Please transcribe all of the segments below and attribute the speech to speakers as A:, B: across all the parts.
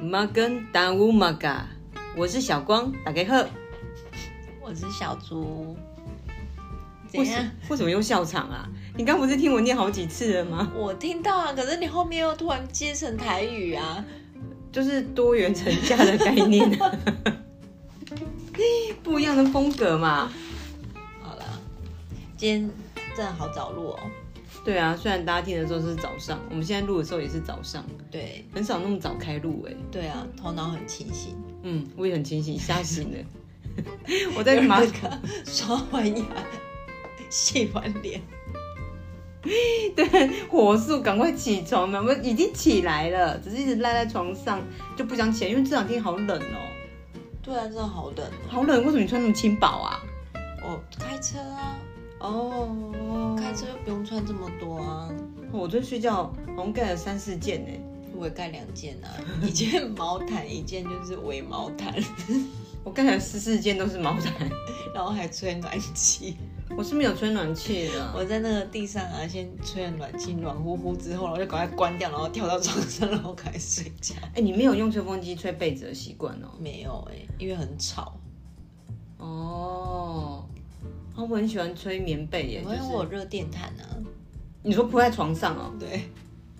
A: 妈跟达乌玛嘎，我是小光，打给贺。
B: 我是小猪。怎
A: 为什
B: 样？
A: 为什么又笑场啊？你刚不是听我念好几次了吗？
B: 我听到啊，可是你后面又突然接成台语啊，
A: 就是多元成家的概念， 不一样的风格嘛。
B: 好了，今天真的好早录哦。
A: 对啊，虽然大家听的时候是早上，我们现在录的时候也是早上，
B: 对
A: 很少那么早开录哎、
B: 对啊，头脑很清醒。
A: 嗯，我也很清醒，吓醒了。 我在马
B: 有人刷完牙，洗完脸，
A: 火速赶快起床了，我们已经起来了，只是一直赖在床上就不想起来，因为这两天好冷哦，
B: 对啊，真的好冷哦。
A: 好冷，为什么你穿那么轻薄啊？
B: 我开车啊，
A: 哦，
B: 开车又不用穿这么多啊。
A: 我昨天睡觉好像盖了三四件呢。
B: 我也盖两件啊，一件毛毯，一件就是围毛毯，
A: 我盖了十四件都是毛毯，
B: 然后还吹暖气。
A: 我是没有吹暖气的，
B: 我在那个地上啊，先吹了暖气，暖乎乎之后，然后就赶快关掉，然后跳到床上，然后开始睡觉。
A: 哎、你没有用吹风机吹被子的习惯哦。
B: 没有哎、因为很吵。
A: 哦，啊，我很喜欢吹棉被耶，
B: 因
A: 就是
B: 为我有热电毯啊，
A: 你说铺在床上哦，
B: 对，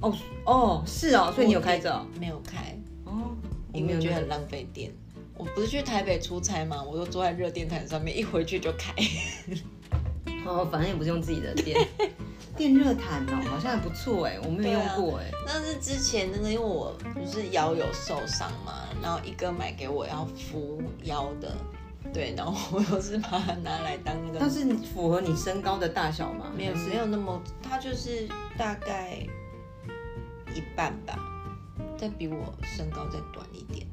A: 哦哦是哦，所以你有开着哦，
B: 没有开，
A: 哦，我
B: 因
A: 没
B: 为
A: 有
B: 觉得
A: 那
B: 很
A: 个，
B: 浪费电。我不是去台北出差嘛，我都坐在热电毯上面，一回去就 开。
A: 哦，反正也不是用自己的 电，电热毯哦，好像还不错哎，我没有
B: 对
A: 用
B: 啊
A: 过哎，
B: 那是之前那个，因为我不是腰有受伤嘛，然后一哥买给我要敷腰的，对，然后我又是把它拿来当那个
A: 但是符合你身高的大小吗？
B: 没有
A: 还是
B: 没有那么，他就是大概一半吧，但比我身高再短一点。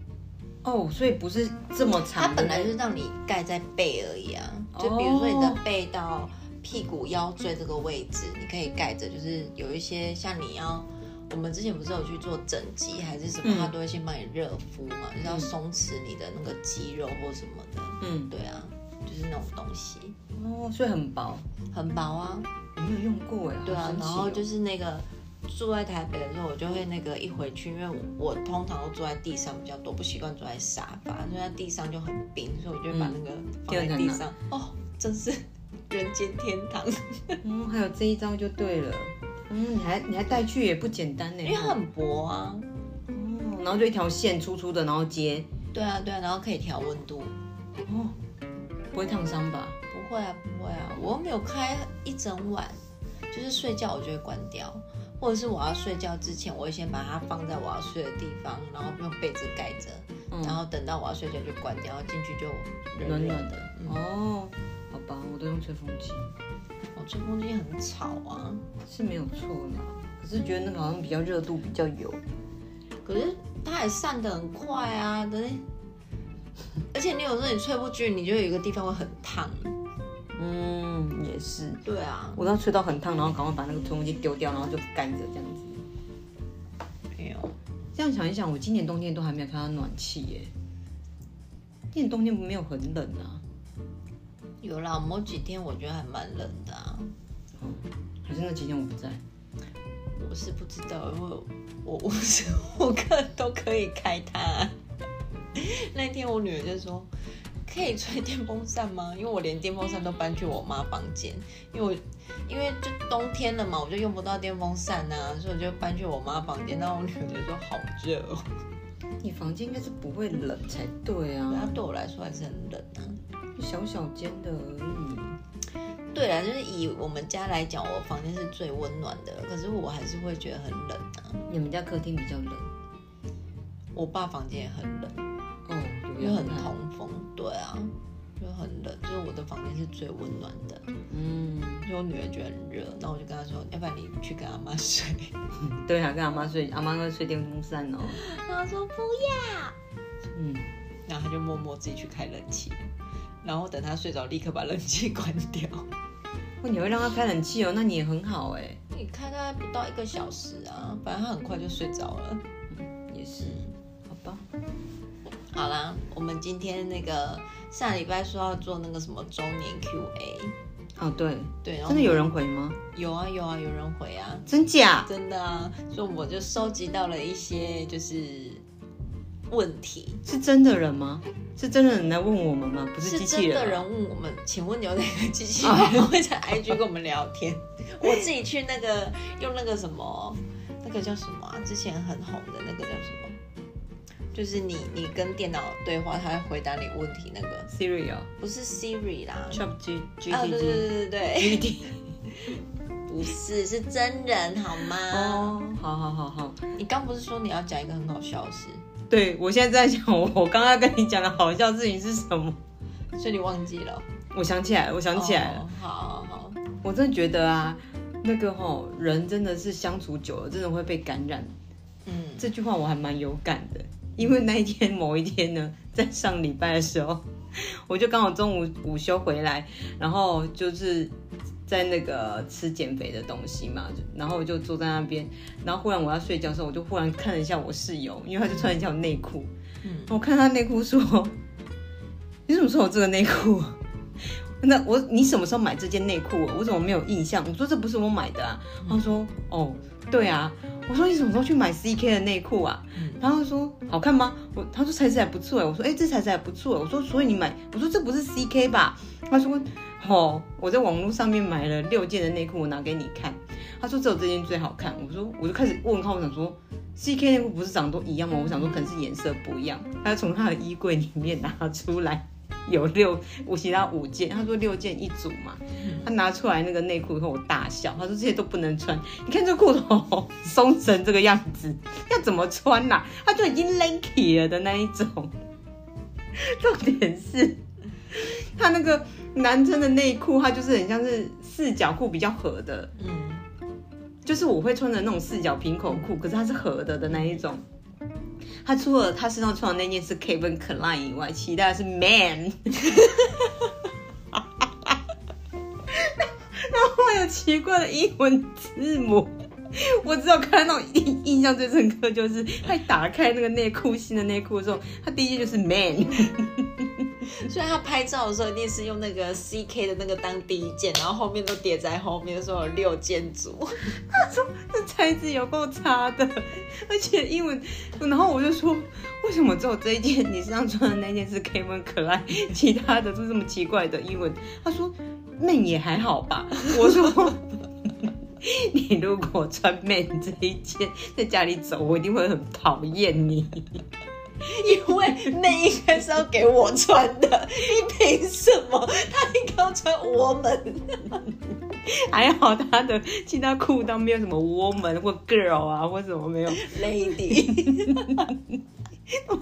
A: 哦，所以不是这么
B: 它
A: 长的那个，
B: 本来就是让你盖在背而已啊，就比如说你的背到屁股腰椎这个位置，你可以盖着，就是有一些像你要。我们之前不是有去做整脊还是什么，
A: 嗯
B: 它都会先帮你热敷嘛，就是要松弛你的那个肌肉或什么的。
A: 嗯
B: 对啊，就是那种东西，
A: 哦，所以很薄，
B: 很薄啊。
A: 我没有用过哎，
B: 对
A: 好
B: 啊，
A: 神
B: 然
A: 奇
B: 后
A: 哦
B: 就是那个住在台北的时候，我就会那个一回去，因为我我通常都坐在地上比较多，不习惯坐在沙发，坐在地上就很冰，所以我就会把那个嗯放在地上。哦，真是 人间天 堂，
A: 嗯，还有这一招就对了。嗯，你还你还带去也不简单呢，
B: 因为它很薄啊。
A: 哦，然后就一条线粗粗的，然后接，
B: 对啊，对啊，然后可以调温度，
A: 哦，不会烫伤吧？
B: 不会啊，不会啊，我又没有开一整晚，就是睡觉我就会关掉，或者是我要睡觉之前，我会先把它放在我要睡的地方，然后用被子盖着，然后等到我要睡觉就关掉，然后进去就
A: 暖
B: 嗯冷
A: 暖
B: 冷
A: 的
B: 的。嗯，
A: 哦，好吧，我都用吹风机，
B: 我吹风机很吵啊，
A: 是没有错啦。可是觉得那个好像比较热度比较油，
B: 可是它也散的很快啊，可是。而且你有时候你吹不均匀，你就有一个地方会很烫。
A: 嗯，也是。
B: 对啊，
A: 我都要吹到很烫，然后赶快把那个吹风机丢掉，然后就干着这样子。
B: 没有，
A: 这样想一想，我今年冬天都还没有开到暖气耶。今年冬天没有很冷啊，
B: 有啦，某几天我觉得还蛮冷的啊。
A: 还是那几天我不在。
B: 我是不知道，因为我无时无刻都可以开它。 那天我女儿就说：“可以吹电风扇吗？”因为我连电风扇都搬去我妈房间，因为我因为就冬天了嘛，我就用不到电风扇啊，所以我就搬去我妈房间。然后我女儿就说：“好热哦。
A: 你房间应该是不会冷才对”
B: 然后
A: 啊，
B: 对我来说还是很冷啊。
A: 小小间的而已。
B: 对啊，就是以我们家来讲，我房间是最温暖的，可是我还是会觉得很冷啊。
A: 你们家客厅比较冷
B: 我爸房间也很冷。
A: 哦，
B: 因为很。通风，对啊，就很冷，就是我的房间是最温暖的，
A: 嗯，
B: 所以我女儿觉得很热，那我就跟她说，要不然你去跟阿妈睡，
A: 对啊，跟阿妈睡，阿妈会睡电风扇哦。
B: 然后她说不要，
A: 嗯，
B: 然后她就默默自己去开冷气，然后等她睡着立刻把冷气关掉，
A: 哦，你会让她开冷气哦，那你也很好哎，
B: 你开大概不到一个小时啊，反正她很快就睡着了。
A: 也是，好吧。
B: 好啦，我们今天那个上礼拜说要做那个什么周年 Q&A，
A: 哦，对，
B: 对，然后
A: 真的有人回吗？
B: 有啊有啊有人回啊，
A: 真假？
B: 真的啊，所以我就收集到了一些就是问题，
A: 是真的人吗？是真的人来问我们吗？不
B: 是
A: 机器
B: 真
A: 人啊、啊
B: 的人问我们，请问有哪个机器 人会在 IG 跟我们聊天？我自己去那个用那个什么，那个叫什么、啊？之前很红的那个叫什么？就是你你跟电脑对话，它会回答你问题那个，
A: Siri 哦
B: 不是 Siri 啦，
A: ，Chat G G
B: 啊
A: P
B: 对
A: T
B: 对对对
A: G
B: 对，
A: T
B: 不是是真人好吗？
A: 哦，好好好好，
B: 你刚不是说你要讲一个很好笑的事，
A: 对我现在在想，我我刚刚跟你讲的好笑事情是什么？
B: 所以你忘记了？
A: 我想起来了，我想起来了，
B: 哦好好，
A: 我真的觉得啊，那个吼、人真的是相处久了，真的会被感染。
B: 嗯，
A: 这句话我还蛮有感的，因为那一天某一天呢，在上礼拜的时候， 我就刚好中午午休回来，然后就是在那个吃减肥的东西嘛，就然后我就坐在那边，然后忽然我要睡觉的时候，我就忽然看了一下我室友，因为他就穿了一条内裤，
B: 嗯
A: 我看他内裤说：“你怎么说我这个内裤？” 那我你什么时候买这件内裤啊？我怎么没有印象？我说这不是我买的啊。他说哦，对啊。我说你什么时候去买 CK 的内裤啊？
B: 嗯
A: 然后他说好看吗？我他说材质还不错哎。我说哎、这材质还不错哎。我说所以你买？我说这不是 CK 吧？他说哦，我在网络上面买了六件的内裤，我拿给你看。他说只有这件最好看。我说我就开始问号，我想说 CK 内裤不是长得都一样吗？我想说可能是颜色不一样。他就从他的衣柜里面拿出来有六，我其他五件，他说六件一组嘛。他拿出来那个内裤以后，我大笑，他说这些都不能穿。你看这裤头松成这个样子，要怎么穿呐、他就已经 lanky 了的那一种。 重点是，他那个男生的内裤，他就是很像是四角裤比较合的，
B: 嗯。
A: 就是我会穿的那种四角平口裤，可是它是合的的那一种。他除了他身上穿的那件是 Kevin Klein 以外，其他的是 Man。然后还有奇怪的英文字母，我只有看到那种印印象最深刻，就是他打开那个内裤新的内裤的时候，他第一件就是 Man。
B: 所以他拍照的时候一定是用那个 CK 的那个当第一件，然后后面都叠在后面，说有六件组。
A: 这 材质有够差的， 而且英文，然后我就说，为什么只有这一件你身上穿的那件是 Kevin 可爱， 其他的都是这么奇怪的英文？他说，那也还好吧。 我说，你如果穿 man 这一件在家里走，我一定会很讨厌你。
B: 因为那应该是要给我穿的，你凭什么？他应该要穿我们。
A: 还好他的其他裤裆没有什么 woman 或 girl 啊，或什么没有。
B: Lady，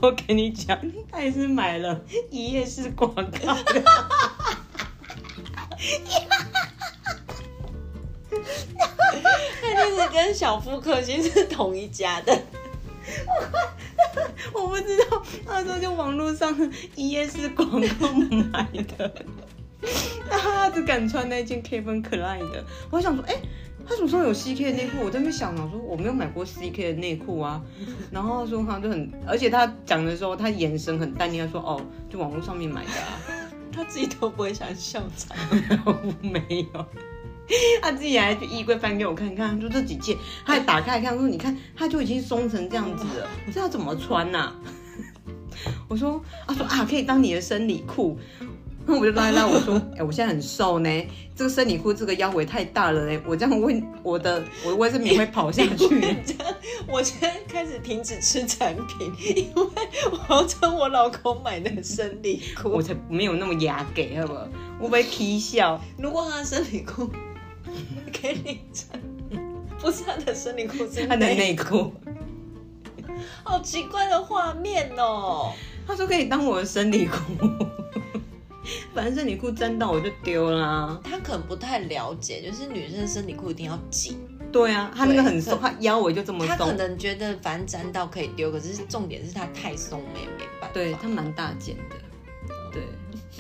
A: 我跟你讲，他也是买了一页式广告的。
B: 他就是跟小夫克星是同一家的。
A: 我不知道，那时候就网络上一夜是广告买的，但他只敢穿那件 Kevin Klein 的。我想说，哎、他什么时候有 CK 的内裤？我在那边想，我说我没有买过 CK 的内裤啊。然后他说他就很，而且他讲的时候，他眼神很淡定，他说哦，就网络上面买的啊。
B: 他自己都不会想笑场，
A: 我没有。他自己还去衣柜翻给我看看，说这几件，他还打开来看，说你看，他就已经松成这样子了，这要怎么穿呐、 我说，他说啊，可以当你的生理裤。那我就拉一拉，我说，哎、我现在很瘦呢，这个生理裤这个腰围太大了呢，我这样问我的我的卫生棉会跑下去。
B: 我现在开始停止吃产品，因为我要穿我老公买的生理
A: 我
B: 裤。
A: 才没有那么牙给，好不好？我被踢笑。
B: 如果他的生理裤 给你穿，不是他的生理裤，是
A: 他的
B: 内
A: 内裤，
B: 好奇怪的画面哦。
A: 他说可以当我的生理裤，反正生理裤沾到我就丢啦。
B: 他可能不太了解，就是女生的生理裤一定要紧，
A: 对啊，他那个
B: 对
A: 很松，他腰围就这么
B: 他可
A: 松，
B: 能觉得反正沾到可以丢，可是重点是他太松了也没办法。
A: 对他蛮大件的，对，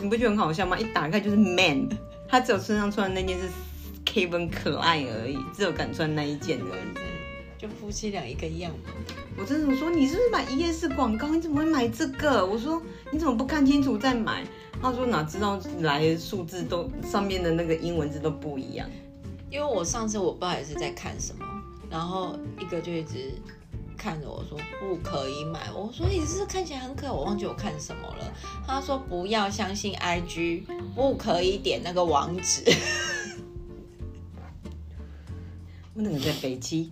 A: 你不觉得很好笑吗？一打开就是 man，他只有身上穿的那件是 Kevin 可爱而已，只有敢穿那一件而已。
B: 就夫妻俩一个样嘛。
A: 我真的说你是不是买一页式广告？你怎么会买这个？我说你怎么不看清楚再买？他说哪知道来的数字都上面的那个英文字都不一样。
B: 因为我上次我不知道也是在看什么，然后一个就一直看着我说不可以买。我说你是看起来很可爱，我忘记我看什么了。他说不要相信 IG，不可以点那个网址，
A: 我那个在飞机，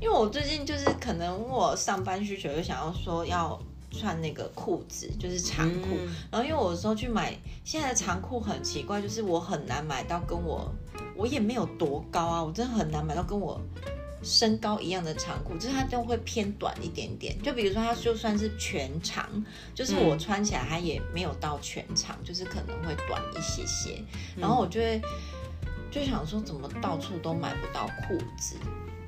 B: 因为我最近就是可能我上班需求就想要说要穿那个裤子，就是长裤。
A: 嗯
B: 然后因为我有时候去买现在的长裤很奇怪，就是我很难买到跟我我也没有多高啊，我真的很难买到跟我身高一样的长裤，就是它都会偏短一点点。就比如说它就算是全长，就是我穿起来它也没有到全长，就是可能会短一些些。然后我就会就想说，怎么到处都买不到裤子？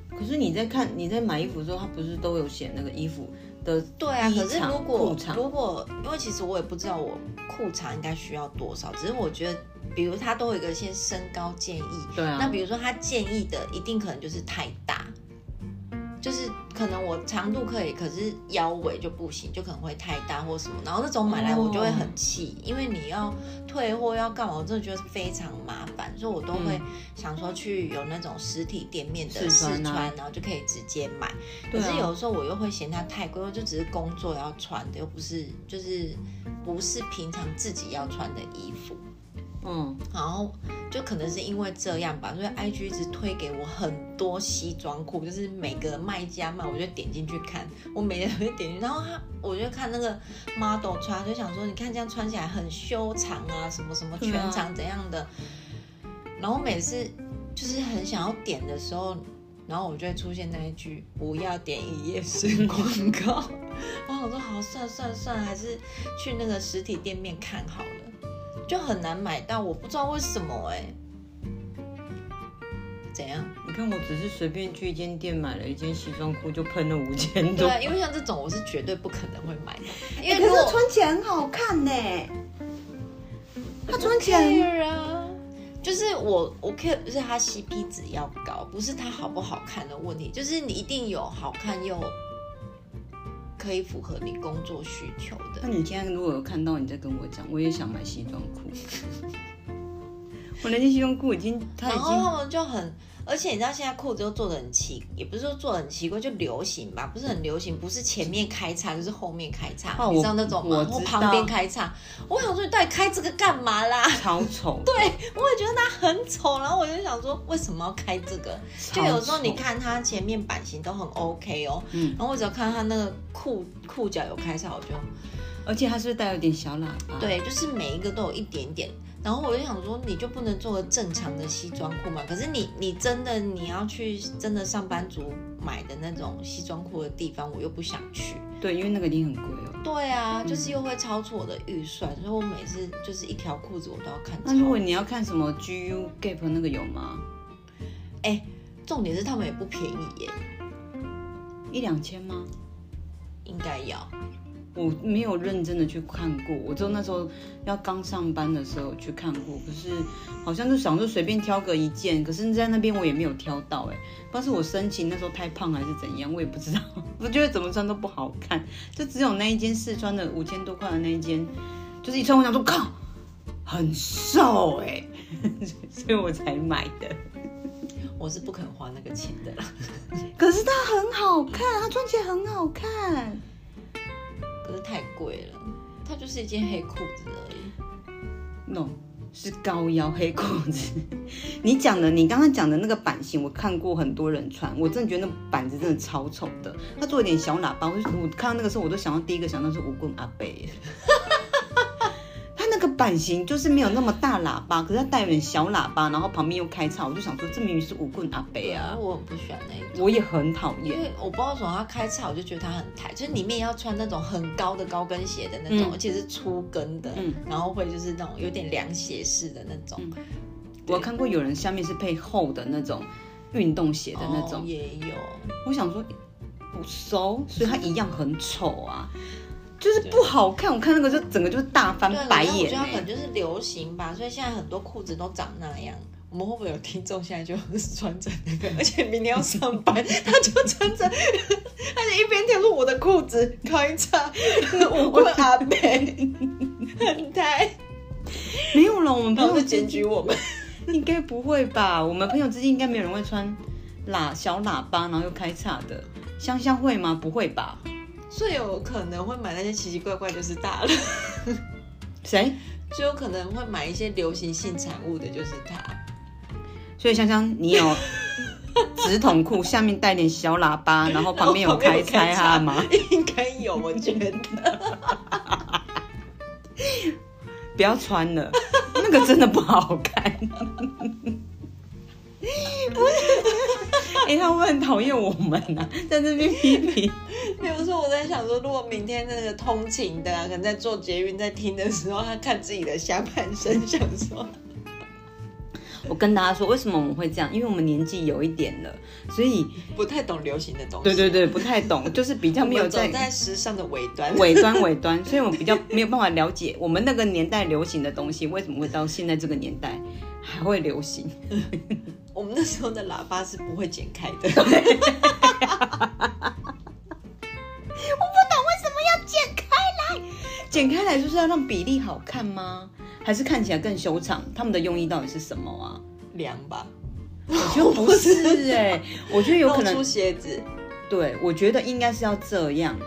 A: 可是你在看你在买衣服的时候，它不是都有写那个衣服的
B: 对啊，
A: 衣
B: 可是
A: 长
B: 如
A: 裤
B: 果
A: 长
B: 如果，因为其实我也不知道我裤长应该需要多少，只是我觉得，比如他都有一个一些身高建议，
A: 对啊
B: 那比如说他建议的一定可能就是太大，就是可能我长度可以，可是腰围就不行，就可能会太大或什么，然后那种买来我就会很气，
A: 哦
B: 因为你要退货要干嘛，我真的觉得非常麻烦，所以我都会想说去有那种实体店面的
A: 嗯试
B: 试
A: 穿啊
B: 穿，然后就可以直接买。
A: 对
B: 可
A: 啊
B: 是有的时候我又会嫌它太贵，我就只是工作要穿的，又不是就是不是平常自己要穿的衣服。
A: 嗯
B: 然后就可能是因为这样吧，所以 IG 一直推给我很多西装裤，就是每个卖家卖，我就点进去看，我每个都会点进去，然后他我就看那个 model 穿，就想说你看这样穿起来很修长啊，什么什么
A: 对
B: 全
A: 啊
B: 长怎样的，然后每次就是很想要点的时候，然后我就会出现那一句不要点一页式广告， 然后我说好算了算了算了，还是去那个实体店面看好了。就很难买到，我不知道为什么哎、怎样？
A: 你看我只是随便去一间店买了一件西装裤，就喷了五千
B: 对
A: 多。
B: 啊，因为像这种我是绝对不可能会买的，因
A: 欸
B: 为如果
A: 穿起来很好看呢、它穿起来很
B: care 啊，就是我我 care 不是它 CP 值要高，不是它好不好看的问题，就是你一定有好看又可以符合你工作需求
A: 那
B: 的。
A: 你今天如果有看到你在跟我讲，我也想买西装裤。 我那件西装裤已经，它
B: 然
A: 已
B: 后
A: 经
B: 他们就很，而且你知道现在裤子都做的很奇，也不是说做的很奇怪，就流行吧，不是很流行，不是前面开叉就是后面开叉，
A: 哦
B: 你知道那种
A: 我
B: 吗？
A: 知道
B: 或旁边开叉。我想说你到底开这个干嘛啦？
A: 超丑。
B: 对，我也觉得它很丑，然后我就想说为什么要开这个？
A: 超
B: 就
A: 丑
B: 有时候你，看它前面版型都很 OK 哦，
A: 嗯，
B: 然后我只要看它那个裤裤脚有开叉，我就
A: 而且它是不是带有点小喇叭？，
B: 对，就是每一个都有一点点。然后我就想说，你就不能做个正常的西装裤嘛？可是你你真的你要去真的上班族买的那种西装裤的地方，我又不想去。
A: 对，因为那个一定很贵哦。
B: 对啊，就是又会超出我的预算，所以我每次就是一条裤子我都要看
A: 那如果
B: 超。
A: 你要看什么 GU Gap 那个有吗？
B: 重点是他们也不便宜耶，
A: 一两千吗？
B: 应该要。
A: 我没有认真的去看过，我就那时候要刚上班的时候去看过，可是好像就想说随便挑个一件，可是在那边我也没有挑到、哎，不知道是我身形那时候太胖还是怎样，我也不知道，我觉得怎么穿都不好看，就只有那一件试穿的五千多块的那一件，就是一穿我想说靠，很瘦哎、所以我才买的。
B: 我是不肯花那个钱的啦。
A: 可是它很好看，它穿起来很好看。
B: 可是太贵了，它就是一件黑裤子而已。
A: no，是高腰黑裤子。 你讲的，你刚刚讲的那个版型，我看过很多人穿，我真的觉得那板子真的超丑的。他做一点小喇叭，我就我看到那个时候，我都想到第一个想到是舞棍阿贝 耶。他那个版型就是没有那么大喇叭，可是他带有点小喇叭，然后旁边又开叉，我就想说这明明是舞棍阿贝啊，
B: 我很不喜欢那一种。
A: 我也很讨
B: 因
A: 厌。
B: 为我不知道为什么它开叉，我就觉得它很抬，就是里面要穿那种很高的高跟鞋的那种，
A: 嗯
B: 而且是粗跟的，
A: 嗯
B: 然后会就是那种有点凉鞋式的那种，
A: 我看过有人下面是配厚的那种运动鞋的那种
B: 哦，也有。
A: 我想说不收，所以它一样很丑 啊，就是不好看。我看那个就整个就是大翻
B: 对，
A: 白
B: 可是我
A: 眼、
B: 觉得它可
A: 欸。
B: 能就是流行吧，所以现在很多裤子都长那样。我们会不会有听众现在就 穿着那个？ 而且明天要上班， 他就穿着，他就一边跳说我的裤子 开叉，我棍阿贝，很呆，
A: 啊 没有了，我们
B: 然
A: 朋
B: 后
A: 友
B: 就检举我们。
A: 应该不会吧？我们朋友之间应该没有人会穿喇小喇叭，然后又开叉的。香香会吗？不会吧？
B: 最有可能会买那些奇奇怪怪就是大人，
A: 谁？
B: 最有可能会买一些流行性产物的就是他。
A: 所以香香，你有直筒裤，下面带点小喇叭，然后 旁边有 开
B: 开
A: 叉哈吗？？
B: 应该有， 我觉得。
A: 不要穿了，那个真的不好看。哎、他会不会很讨厌我们啊，在这边批评。
B: 比如说，我在想说，如果明天那个通勤的、啊，可能在做捷运在听的时候，他看自己的下半身，想说，
A: 我跟大家说，为什么我们会这样？因为我们年纪有一点了，所以
B: 不太懂流行的东西。
A: 对对对，不太懂，就是比较
B: 我
A: 没有
B: 们走
A: 在
B: 在时尚的尾端。
A: 尾端尾端，所以我比较没有办法了解我们那个年代流行的东西，为什么会到现在这个年代还会流行？
B: 我们那时候的喇叭是不会剪开 的，
A: 剪开来就是要让比例好看吗？还是看起来更修长？他们的用意到底是什么啊？
B: 凉吧？
A: 我觉得不是哎、我觉得有可
B: 露出
A: 能，
B: 鞋子，
A: 对我觉得应该是要这样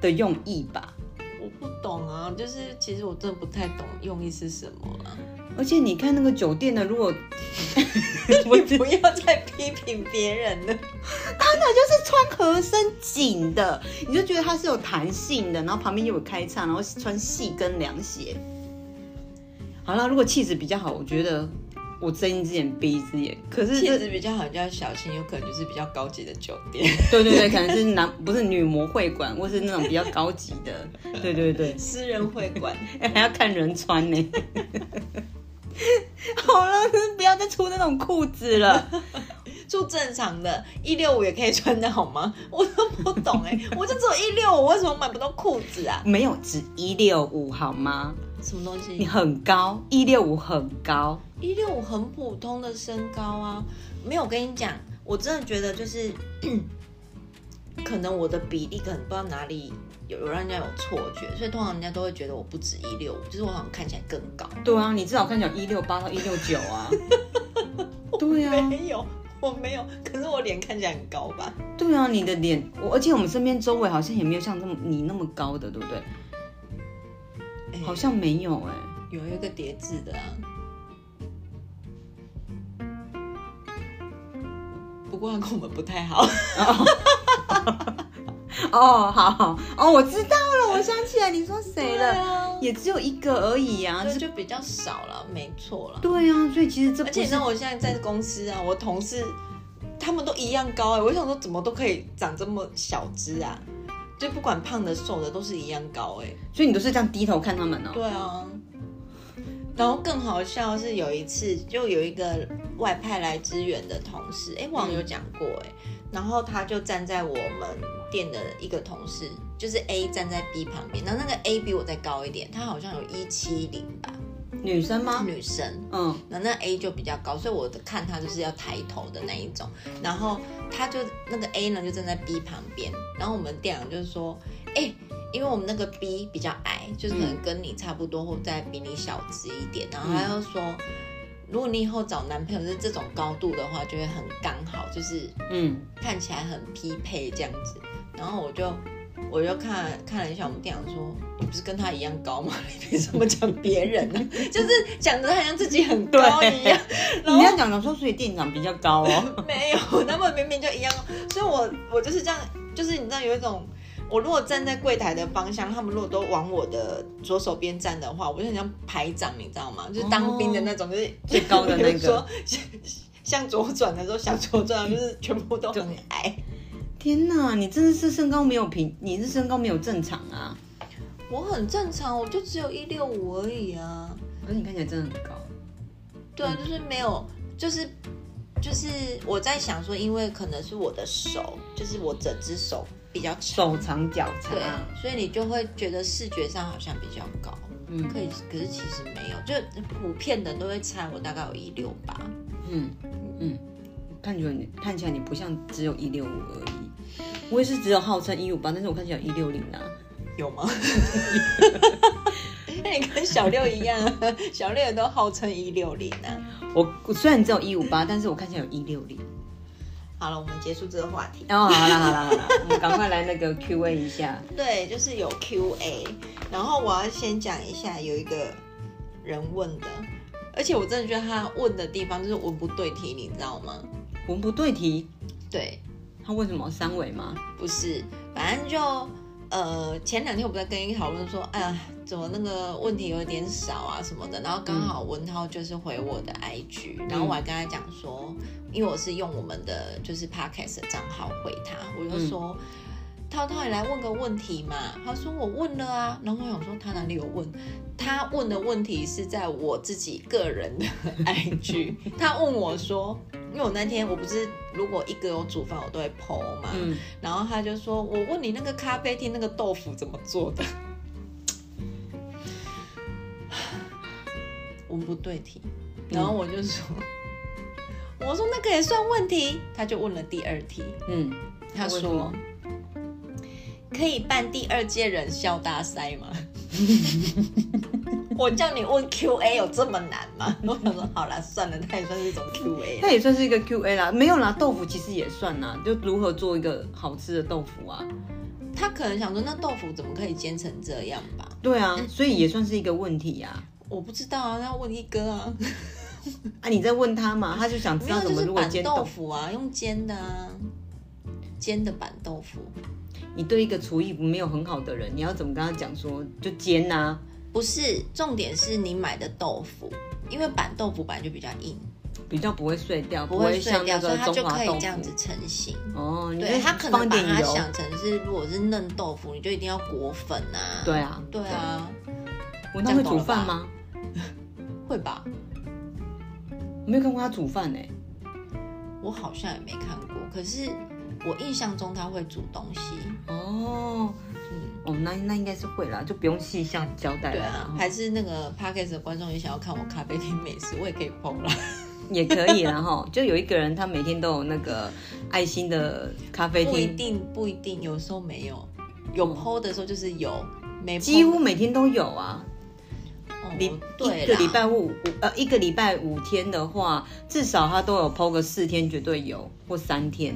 A: 的用意吧。
B: 我不懂啊，就是其实我真的不太懂用意是什么啊。
A: 而且你看那个酒店的，如果 我
B: 你
A: 只
B: 不要再批评别人了。
A: 就是穿合身紧的，你就觉得它是有弹性的，然后旁边又有开叉，然后穿细跟凉鞋。好啦，如果气质比较好，我觉得我睁一只眼闭一只眼。可是
B: 气
A: 这
B: 质比较好，就要小心，有可能就是比较高级的酒店，
A: 对对对，可能是男不是女模会馆，或是那种比较高级的。对对对，
B: 私人会 馆。
A: 哎 还要看人穿呢。 好了，不要再出那种裤子了。
B: 住正常的，一六五也可以穿的好吗？ 我都不懂哎、我就只有一六五，为什么买不到裤子啊？
A: 没有，只一六五好吗？
B: 什么东
A: 你
B: 西？
A: 很高，一六五很高。
B: 一六五很普通的身高啊，没有我跟你讲，我真的觉得就是， 可能我的比例可能不知道哪里有有让人家有错觉，所以通常人家都会觉得我不止一六五，就是我好像看起来更高。
A: 对啊，你至少看起来一六八到一六九啊。 对啊，
B: 没有，我没有，可是我脸看起来很高吧？
A: 对啊，你的脸，我而且我们身边周围好像也没有像这么你那么高的，对不对？
B: 哎
A: 好像没有哎、
B: 有一个叠字的啊，不过他跟我们不太好。
A: 哦，好好哦，我知道了，我想起来你说谁了，
B: 啊，
A: 也只有一个而已啊。
B: 对，
A: 这
B: 就比较少了，没错了。
A: 对啊，所以其实这
B: 而
A: 不
B: 且你知
A: 是
B: 道，我现在在公司啊，我同事他们都一样高哎、我想说怎么都可以长这么小只啊？就不管胖的瘦的都是一样高哎、
A: 所以你都是这样低头看他们哦。
B: 对啊。然后更好笑的是有一次，就有一个外派来支援的同事，哎，网友讲过哎，然后他就站在我们店的一个同事，就是 A 站在 B 旁边，然后那个 A 比我再高一点，他好像有一七零吧，
A: 女生吗？
B: 女生，
A: 嗯，
B: 那那 A 就比较高，所以我看他就是要抬头的那一种。然后他就那个 A 呢就站在 B 旁边，然后我们店长就是说，哎、因为我们那个 B 比较矮，就是可能跟你差不多或再比你小只一点，然后他就说。如果你以后找男朋友是这种高度的话，就会很刚好，就是
A: 嗯，
B: 看起来很匹配这样子。然后我就我就看看了一下我们店长说，你不是跟他一样高吗？你凭什么讲别人 呢、就是讲的好像自己很高一样。然
A: 你
B: 后
A: 要讲讲说，所以店长比较高哦。
B: 没有，他们明明就一样，所以我我就是这样，就是你知道有一种。我如果站在柜台的方向，他们如果都往我的左手边站的话，我就很像排长，你知道吗？就是当兵的那种，就是
A: 最高的那个
B: 比如说向向左转的时候，向左转就是全部都很矮。
A: 天哪，你真的是身高没有平，你是身高没有正常啊。
B: 我很正常，我就只有一六五而已啊。
A: 可是你看起来真的很高。
B: 对啊，就是没有，就是就是我在想说，因为可能是我的手，就是我整只手比较长，
A: 手嗯长脚长啊
B: 对，，所以你就会觉得视觉上好像比较高。
A: 嗯
B: 可以，可是其实没有，就普遍的人都会猜我大概有一六八，
A: 嗯嗯，看起来你看起来你不像只有一六五而已，我也是只有号称一五八，但是我看起来一六零啊，
B: 有吗？ 那你跟小六一样，小六也都号称一六零啊。
A: 我我虽然只有一五八，但是我看起来有一六零，
B: 好了，我们结束这个话题。
A: 哦，好了好了好了， 我们赶快来那个 Q A 一下。
B: 对，就是有 Q&A，然后我要先讲一下有一个人问的，而且我真的觉得他问的地方就是文不对题，你知道吗？
A: 文不对题，
B: 对，
A: 他问什么三维吗？
B: 不是，反正就呃前两天我不在跟你讨论说，哎呀，怎么那个问题有点少啊什么的，然后刚好文涛就是回我的 IG，、然后我还跟他讲说，因为我是用我们的就是 Podcast 的账号回他，我就说。涛涛，你来问个问题嘛？他说我问了啊，然后我想说他哪里有问？他问的问题是在我自己个人的 IG，他问我说，因为我那天我不是如果一个有煮饭我都会 PO 嘛，
A: 嗯，
B: 然后他就说：“我问你那个咖啡厅那个豆腐怎么做的？” 文不对题，然后我就说：“我说那个也算问题。”他就问了第二题，
A: 嗯，
B: 他
A: 问什
B: 说
A: 么：“
B: 可以办第二届人校大赛 吗？”我叫你问 Q&A 有这么难吗？ 我想说，好啦，算了，他也算是一种 Q&A 啦。
A: 那也算是一个 Q A 啦，没有啦，豆腐其实也算啦，就如何做一个好吃的豆腐啊？
B: 他可能想说，那豆腐怎么可以煎成这样吧？
A: 对啊，
B: 嗯
A: 所以也算是一个问题呀、
B: 我不知道啊，那问一哥 啊，
A: 啊。你在问他嘛，他就想知
B: 没
A: 道
B: 有
A: 怎
B: 就
A: 么
B: 是
A: 如果
B: 板
A: 煎
B: 豆
A: 豆腐。
B: 腐啊，用煎的啊，煎的板豆腐，
A: 你对一个厨艺没有很好的人，你要怎么跟他讲说就煎啊？
B: 不是重点是你买的豆腐，因为板豆腐本来就比较硬，
A: 比较不会碎掉，
B: 不
A: 不
B: 会碎
A: 像那
B: 掉，所
A: 个
B: 以它
A: 中
B: 就
A: 华
B: 可以
A: 豆
B: 这样子
A: 腐。
B: 成型。
A: 哦，你
B: 对，
A: 就
B: 他可
A: 放
B: 能
A: 一
B: 把
A: 点
B: 它
A: 油。
B: 想成是如果是嫩豆腐，你就一定要裹粉啊。
A: 对啊，
B: 对啊，
A: 文涛会煮饭吗？
B: 会吧？
A: 我没有看过他煮饭哎、
B: 我好像也没看过，可是我印象中他会煮东西。
A: 哦，
B: 嗯，
A: 哦，那那应该是会啦，就不用细项交代
B: 对
A: 了嗯
B: 啊
A: 啦，，
B: 还是那个 p a c k a g e 的观众也想要看我咖啡厅美食，我也可以包啦。
A: 也可以啦哈。 就有一个人他每天都有那个爱心的咖啡
B: 不一
A: 厅，
B: 定，不一定，有时候没有，有剖的时候就是有，没 po
A: 几乎每天都有啊。
B: 哦
A: 礼
B: 对
A: 一个
B: 啦嗯
A: 礼拜五五呃一个礼拜五天的话，至少他都有剖个四天，绝对有或三天。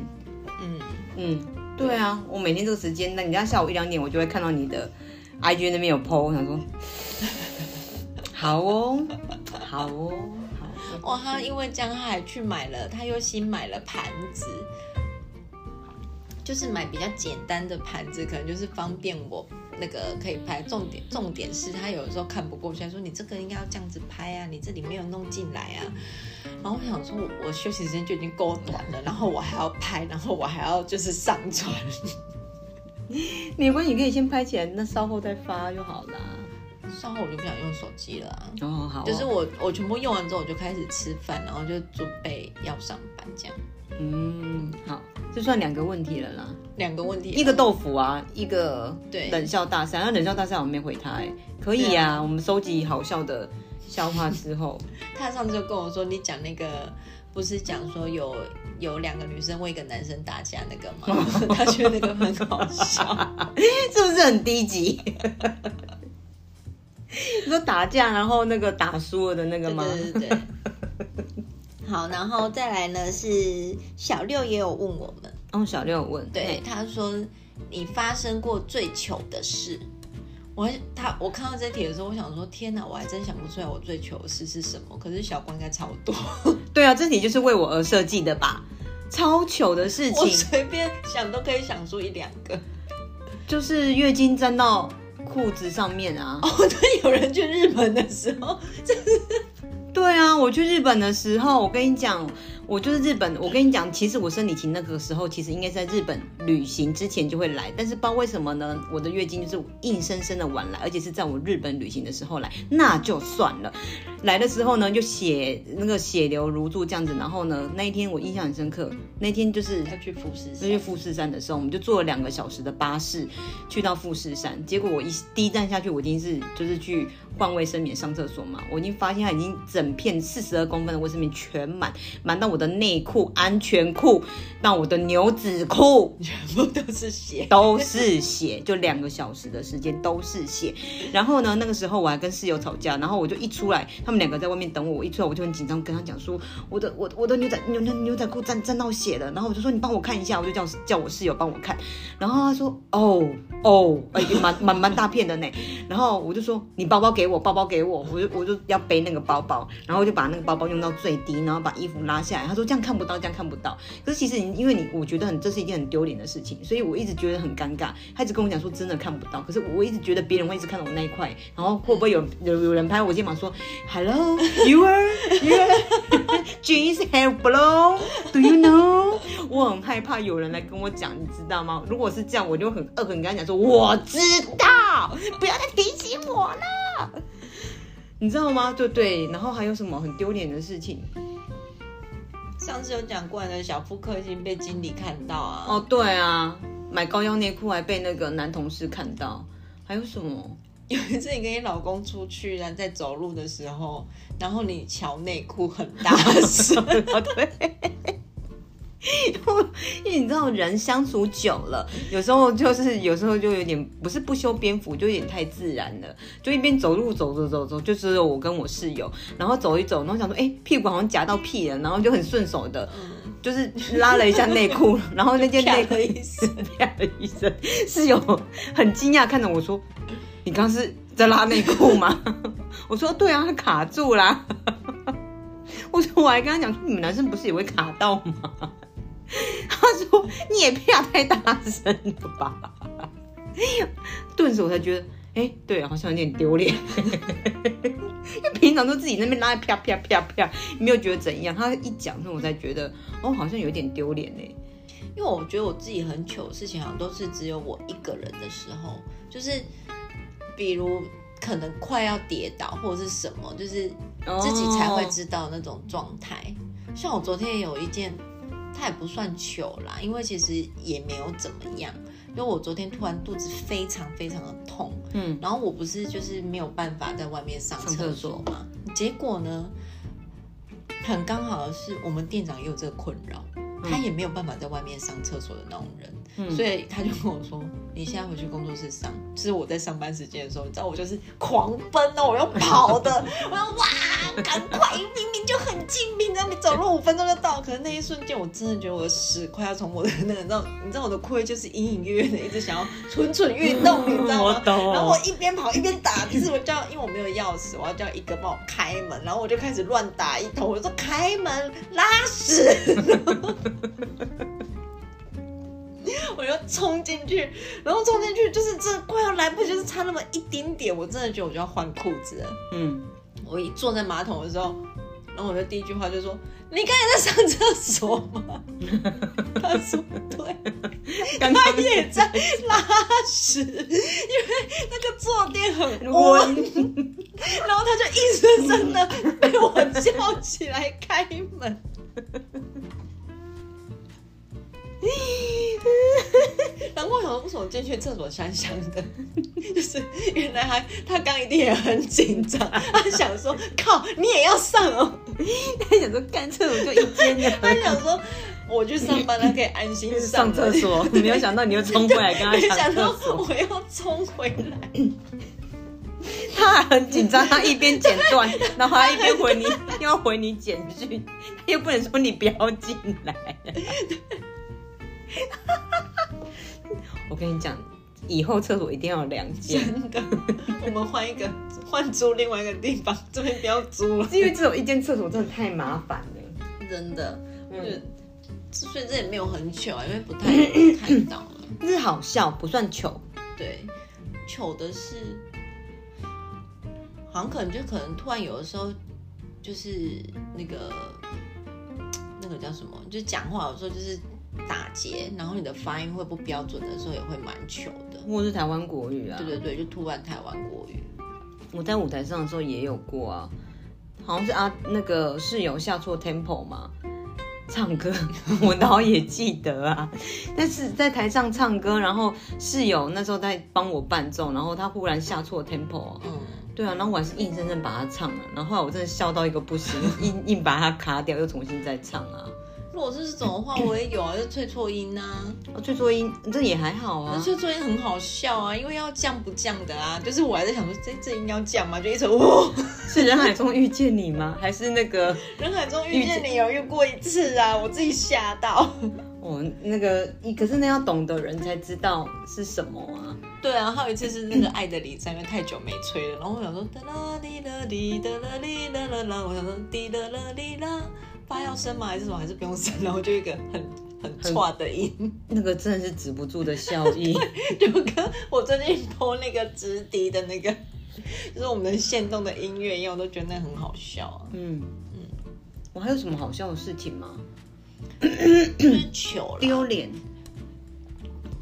B: 嗯，
A: 嗯，对啊，我每天这个时间，那你家下午一两点，我就会看到你的 IG 那边有 PO，我想说， 好哦，好哦，好哦
B: 哦，他因为这样，他还去买了，他又新买了盘子，就是买比较简单的盘子，可能就是方便我那个可以拍。重点重点是他有的时候看不过去，他说你这个应该要这样子拍啊，你这里没有弄进来啊。然后我想说，我我休息时间就已经够短了，然后我还要拍，然后我还要就是上 传。
A: 没关系，你可以先拍起来，那稍后再发就好啦。
B: 稍后我就不想用手机了、啊。
A: 哦，好哦
B: 就是我，我全部用完之后，我就开始吃饭，然后就准备要上班，这样
A: 嗯，好，这算两个问题了啦，
B: 两个问题，
A: 一个豆腐啊，一个
B: 对
A: 冷笑大赛，那冷笑大赛我没回他、哎，可以
B: 对
A: 啊，我们收集好笑的笑话之 后，
B: 啊他上次就跟我说，你讲那个不是讲说有有两个女生为一个男生打架那个 吗？他觉得那个很好笑，
A: 是不是很低级？ 你说打架然后那个打输了的那个
B: 对
A: 吗？
B: 对对对。好，然后再来呢是小六也有问我们，
A: 哦，小六有问，
B: 对，
A: 嘿，
B: 他说你发生过最糗的事。我还他我看到这题的时候，我想说天哪，我还真想不出来我最糗的事是什么。可是小光应该超多，
A: 对啊，这题就是为我而设计的吧？超糗的事
B: 我
A: 情
B: 随便想都可以想出一两 个。
A: 就是月经沾到裤子上面啊。
B: 哦，对，有人去日本的时候，
A: 对啊，我去日本的时候，我跟你讲，我就是日本，我跟你讲，其实我生理期那个时候，其实应该是在日本旅行之前就会来，但是不知道为什么呢，我的月经就是硬生生的晚来，而且是在我日本旅行的时候来，那就算了。来的时候呢，就血那个血流如注这样子，然后呢，那一天我印象很深刻，那一天就是
B: 要去富士
A: 那去
B: 山，
A: 富士山的时候，我们就坐了两个小时的巴士去到富士山。结果我一第一站下去，我已经是就是去换卫生棉上厕所嘛，我已经发现它已经整片四十二公分的卫生棉全满，满到我的内裤、安全裤到我的牛仔裤
B: 全部都是血，
A: 都是血，就两个小时的时间都是血。然后呢，那个时候我还跟室友吵架，然后我就一出来，他们两个在外面等我，我一出来我就很紧张，跟他讲说我的我的我的牛仔牛牛牛仔裤沾沾到血了，然后我就说你帮我看一下，我就叫叫我室友帮我看，然后他说哦哦，哎、蛮蛮蛮大片的呢，然后我就说你包包给我，包包给我，我就我就要背那个包包，然后我就把那个包包用到最低，然后把衣服拉下来，他说这样看不到，这样看不到，可是其实你因为你，我觉得很这是一件很丢脸的事情，所以我一直觉得很尴尬。他一直跟我讲说真的看不到，可是我一直觉得别人会一直看到我那一块，然后会不会有有有人拍我肩膀说 Hello, you are you are jeans hair blow, do you know？我 很害怕有人来跟我讲，你知道吗？如果是这样，我就很恶狠跟他讲说我知道，不要再提起我了。你知道吗？对对，然后还有什么很丢脸的事情？
B: 上次有讲过的小妇科已经被经理看到啊，
A: 哦，对啊，买高腰内裤还被那个男同事看到，还有什么？
B: 有一次你跟你老公出去，然后在走路的时候，然后你瞧内裤很大 声，
A: 啊，对。 因为你知道人相处久了，有时候就是有时候就有点不是不修边幅，就有点太自然了。就一边走路走走走走，就只有我跟我室友，然后走一走，然后想说，哎、屁股好像夹到屁了，然后就很顺手的，就是拉了一下内裤，然后那件
B: 啪
A: 内裤
B: 的一声，
A: 啪的一声，室友很惊讶看着我说：“你刚是在拉内裤吗？” 我说：“对啊，它卡住啦。” 我说：“我还跟他讲说，你们男生不是也会卡到吗？” 他说：“你也啪太大声了吧？” 顿时我才觉得，哎、对，好像有点丢脸。 因为平常都自己那边拉啪啪啪啪，没有觉得怎样。他一讲，那我才觉得，哦，好像有点丢脸欸呢。
B: 因为我觉得我自己很糗的事情，好像都是只有我一个人的时候，就是比如可能快要跌倒或者是什么，就是自己才会
A: 哦
B: 知道那种状态。像我昨天有一件，它也不算糗啦，因为其实也没有怎么样。因为我昨天突然肚子非常非常的痛，
A: 嗯，
B: 然后我不是就是没有办法在外面上厕所嘛，结果呢，很刚好的是我们店长也有这个困扰，他也没有办法在外面上厕所的那种人，
A: 嗯
B: 所以他就跟我说：“你现在回去工作室上。”就是我在上班时间的时候，你知道我就是狂奔哦，我要跑的，我要哇，赶快！明明就很近，平常你走路五分钟就到，可是那一瞬间，我真的觉得我的屎快要从我的那个，你知道，你知道我的裤就是隐隐约约的一直想要蠢蠢欲动，你知道吗？
A: 懂
B: 然后我一边跑一边打，可是我叫，因为我没有钥匙，我要叫一个帮我开门，然后我就开始乱打一通，我就说开门拉屎，我就冲进去，然后冲进去就是这快要来不及，就是差那么一丁点，我真的觉得我就要换裤子了。
A: 嗯，
B: 我一坐在马桶的时候，然后我的第一句话就说：“你刚才在上厕所吗？” 他说：“对。”
A: 刚
B: 他
A: 刚
B: 也在拉屎，因为那个坐垫很
A: 温
B: 温，然后他就硬生生的被我叫起来开门。难怪我想说为什么进去厕所香香的，就是原来他他刚一定也很紧张，他想说靠你也要上哦，
A: 他想说干厕所就一间
B: 他
A: 的，
B: 想说我去上班，他可以安心上
A: 上
B: 了
A: 厕 所，没有想到你又冲过来跟他
B: 没
A: 抢
B: 想到
A: 厕所，
B: 我要冲回来，
A: 他还很紧张，他一边剪断，然后还一边回你，要回你简讯，他又不能说你不要进来。 我跟你讲，以后厕所一定要有两间，
B: 真的，我们换一个，换租另外一个地方，这边不要租了，
A: 因为只有一间厕所真的太麻烦了。
B: 真的，我觉得
A: 嗯，
B: 所以这也没有很糗啊，因为不 太有人看到了，
A: 这是好笑，不算糗。
B: 对，糗的是，好像可能就可能突然有的时候就是那个那个叫什么，就讲话有时候就是打结，然后你的发音会不标准的时候也会蛮糗的，
A: 或是台湾国语啊，
B: 对对对，就突然台湾国语。
A: 我在舞台上的时候也有过啊，好像是啊那个室友下错 tempo 嘛，唱歌 我倒也记得啊，但是在台上唱歌，然后室友那时候在帮我伴奏，然后他忽然下错 tempo，啊
B: 嗯，
A: 对啊，然后我还是硬生 生把它唱了，然后后来我真的笑到一个不行，硬硬把它卡掉，又重新再唱啊，
B: 如果是这种的话，我也有啊，就脆错音啊。
A: 哦，最多音这也还好
B: 那
A: 啊。
B: 脆错音很好笑啊，因为要降不降的啊。就是我还在想说，这这应该要降吗？就一直 哦，
A: 是人海中遇见你吗？还是那个
B: 人海中遇见你有遇过一次啊，我自己吓到。
A: 哦那个？你可是那要懂的人才知道是什么啊。
B: 对啊，还有一次是那个《爱的礼赞》，因为太久没吹了，然后我想说哒啦哩啦哩哒啦哩啦啦啦，我想说滴啦啦哩啦，发要升吗？还是什么？还是不用升？ 然后就一个很很差的音，
A: 那个真的是止不住的笑 意。
B: 就跟我最近播那个直笛的那个，就是我们的现动的音乐一样，我都觉得那很好笑啊。
A: 嗯嗯，我还有什么好笑的事情吗？
B: 就是糗啦。
A: 丢脸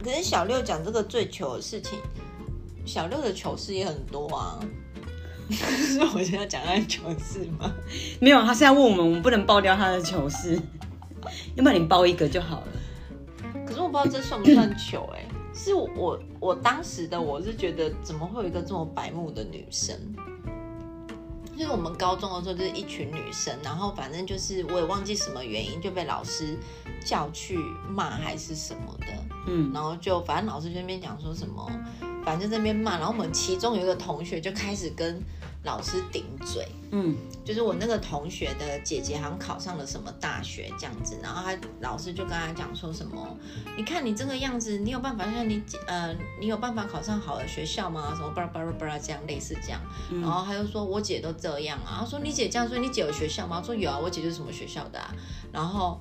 B: 可是小六讲这个最糗的事情，小六的糗事也很多啊。 是我现在讲他的糗事吗？
A: 没有？他现在问我们，我们不能爆掉他的糗事， 要不然你爆一个就好了。
B: 可是我不知道这算不算糗哎、是我我当时的我是觉得怎么会有一个这么白目的女生？就是我们高中的时候就是一群女生，然后反正就是我也忘记什么原因就被老师叫去骂还是什么的，
A: 嗯，
B: 然后就反正老师就那边讲说什么，反正在那边骂，然后我们其中有一个同学就开始跟老师顶嘴，
A: 嗯，
B: 就是我那个同学的姐姐，好像考上了什么大学这样子，然后她老师就跟她讲说什么，你看你这个样子，你有办法像你姐呃，你有办法考上好的学校吗？什么巴拉巴拉巴拉这样类似这样，然后她就说我姐都这样啊，她说你姐这样，所以你姐有学校吗？我说有啊，我姐就是什么学校的啊，然后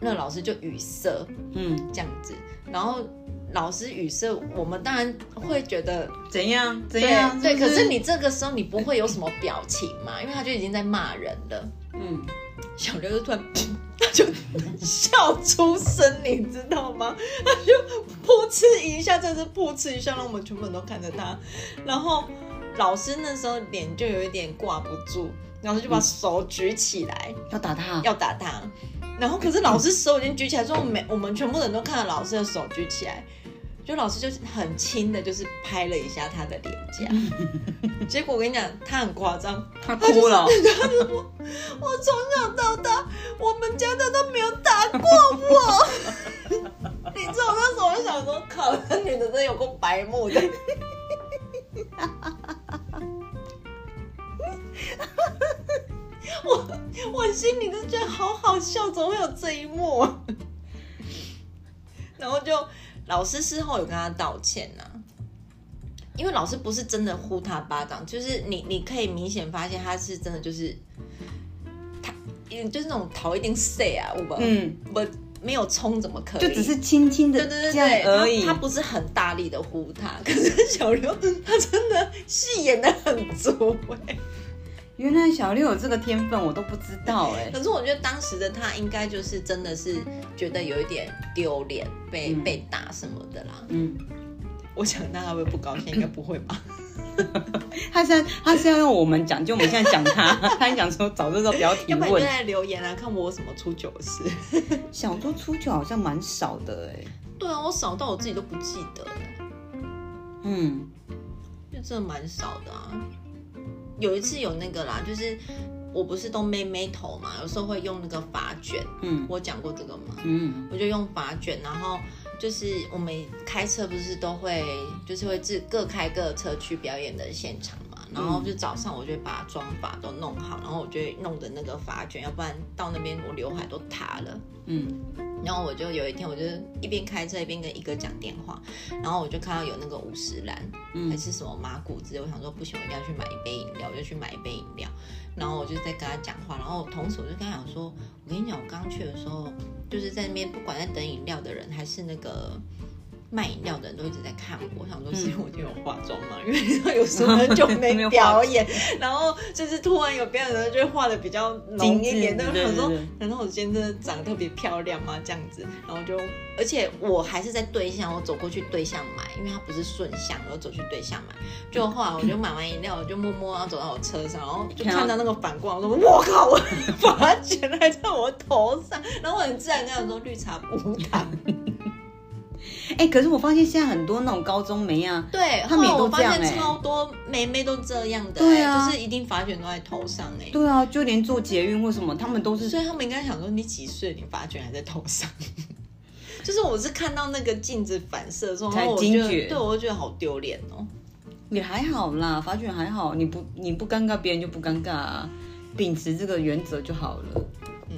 B: 那老师就语塞
A: 嗯，
B: 这样子，然后老师语塞，我们当然会觉得
A: 怎样怎
B: 对
A: 样？
B: 对，
A: 不
B: 可是你这个时候你不会有什么表情嘛，因为他就已经在骂人了。
A: 嗯，
B: 小刘就突然 他就笑出声，你知道吗？他就噗嗤一下，真是噗嗤一下，让我们全部人都看着他。然后老师那时候脸就有一点挂不住，然后就把手举起来
A: 要打他，
B: 要打他。然后可是老师手已经举起来，说没，我们全部人都看到老师的手举起来，就老师就是很轻的，就是拍了一下他的脸颊。结果我跟你讲，他很夸张，
A: 他哭 了。
B: 我从小到大，我们家的都没有打过我。 你知道我那时候我就想说，靠，这女的真的有够白目的。 我我心里就觉得好好笑，怎么会有这一幕、啊？然后就老师事后有跟他道歉呐、因为老师不是真的呼他巴掌，就是你你可以明显发现他是真的就是他，就是那种讨一定 say 啊，我们
A: 嗯，
B: 我没有冲怎么可以？
A: 就只是轻轻的
B: 对对对
A: 这样
B: 对，
A: 而已
B: 他。他不是很大力的呼他，可是小刘他真的戏演的很足哎、
A: 原来小六有这个天分，我都不知道哎、
B: 可是我觉得当时的他应该就是真的是觉得有一点丢脸，被、
A: 嗯
B: 被打什么的啦。
A: 嗯，
B: 我想大家会不会不高兴？应该不会吧？
A: 他现在他是要用我们讲，就我们现在讲他， 他还讲说早就知道不要提
B: 要不然你就
A: 问。
B: 来留言啊，看我有什么出糗事。
A: 小周出糗好像蛮少的哎、
B: 对啊，我少到我自己都不记得了。
A: 嗯，
B: 就真的蛮少的啊。有一次有那个啦，就是我不是都妹妹头嘛，有时候会用那个发卷，
A: 嗯
B: 我讲过这个吗？
A: 嗯
B: 我就用发卷，然后就是我们开车不是都会，就是会自各开各车去表演的现场嘛。然后就早上我就会把妆发都弄好，然后我就会弄的那个发卷，要不然到那边我刘海都塌了。
A: 嗯
B: 然后我就有一天，我就一边开车一边跟一哥讲电话，然后我就看到有那个五十岚，还
A: 嗯
B: 是什么麻古之类，我想说不行，我一定要去买一杯饮料，我就去买一杯饮料。然后我就在跟他讲话，然后同时我就跟他讲说，我跟你讲，我刚去的时候，就是在那边不管在等饮料的人还是那个。卖饮料的人都一直在看我，我想说是因为我今天有化妆嘛， 因为你知道有时 候很久
A: 嗯没
B: 没
A: 有化
B: 表演，然后就是突然有表演的人就会化的比较浓一点，
A: 精致
B: 但是
A: 对
B: 想说
A: 对对
B: 难道我今天真的长得特别漂亮吗？这样子，然后就，而且我还是在对象，我走过去对象买，因为它不是顺向，我走去对象买。就后来我就买完饮料，我就默默要走到我车上，然后就看到那个反光，我说我靠，我 把它卷来在我头上，然后我很自然跟他说绿茶无糖，
A: 哎、可是我发现现在很多那种高中妹啊，
B: 对，
A: 他们也
B: 后来
A: 都
B: 我发
A: 这样
B: 现
A: 欸
B: 超多妹妹都这样的欸、
A: 对啊
B: 就是一定发卷都在头上哎、
A: 对啊，就连做捷运或什么，他们都是
B: 所以他们应该想说，你几岁，你发卷还在头上？ 就是我是看到那个镜子反射的时候，
A: 才
B: 然后我
A: 惊
B: 觉得
A: 觉
B: 对我就觉得好丢脸哦。
A: 也还好啦，发卷还好，你不你不尴尬，别人就不尴尬啊，秉持这个原则就好了。
B: 嗯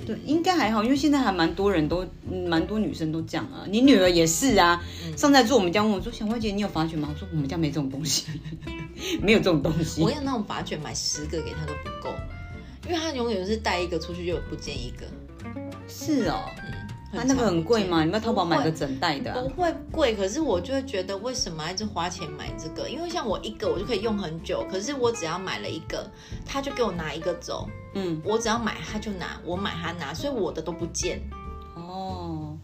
A: 对，应该还好，因为现在还蛮多人都，嗯蛮多女生都这样啊。你女儿也是啊，
B: 嗯
A: 上次来做我们家问我说：“小慧姐，你有发卷吗？”我说：“我们家没这种东西， 没有这种东西
B: 我。有那种发卷买十个给他都不够，因为他永远是带一个出去就不见一个。”嗯
A: 是哦，
B: 很
A: 那那个
B: 常
A: 很贵
B: 见
A: 吗？你要不要淘宝买个
B: 不
A: 整袋的、啊
B: 不？会贵，可是我就会觉得为什么要一直花钱买这个？因为像我一个我就可以用很久，可是我只要买了一个，他就给我拿一个走，
A: 嗯，
B: 我只要买他就拿，我买他拿，所以我的都不见。
A: 哦，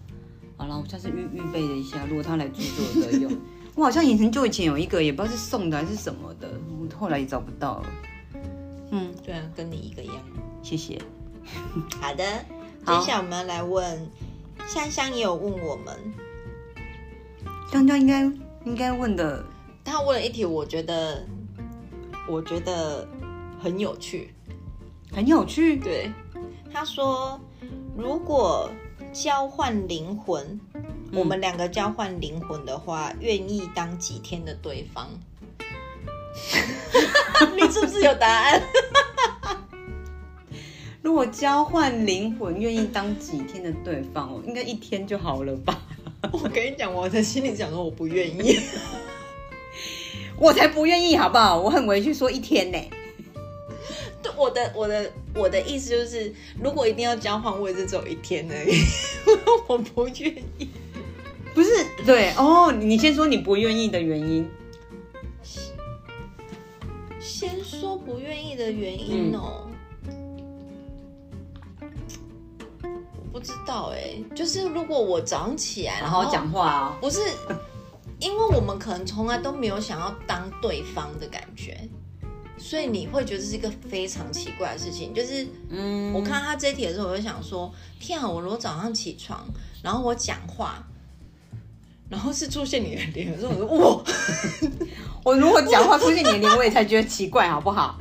A: 好了，我下次预预备了一下，如果他来住就有得 用。我好像也很久以前有一个，也不知道是送的还是什么的，我后来也找不到了。嗯，
B: 对啊，跟你一个一样。
A: 谢谢。
B: 好的，
A: 好
B: 接下来我们要来问香香也有问我们，
A: 香蕉应该应该问的，
B: 她问了一题，我觉得我觉得很有趣。
A: 很有趣。
B: 对，她说如果交换灵魂，我们两个交换灵魂的话，愿意当几天的对方？ 你是不是有答案？
A: 如果交换灵魂，愿意当几天的对方哦，应该一天就好了吧？
B: 我跟你讲，我的心里想说我不愿意。
A: 我才不愿意，好不好？我很委屈，说一天呢、
B: 对，我的我的我的意思就是，如果一定要交换，我也是只有一天而已， 我不愿意。
A: 不是，对哦，你先说你不愿意的原因。
B: 先说不愿意的原因哦、我不知道哎、就是如果我早上起来，然
A: 好
B: 后
A: 好讲话啊、
B: 不是，因为我们可能从来都没有想要当对方的感觉，所以你会觉得这是一个非常奇怪的事情。就是
A: 嗯，
B: 我看到他这一题的时候，我就想说：天啊！我如果早上起床，然后我讲话，然后是出现你的脸，所以我说哇，
A: 我如果讲话出现年龄，我也才觉得奇怪，好不好？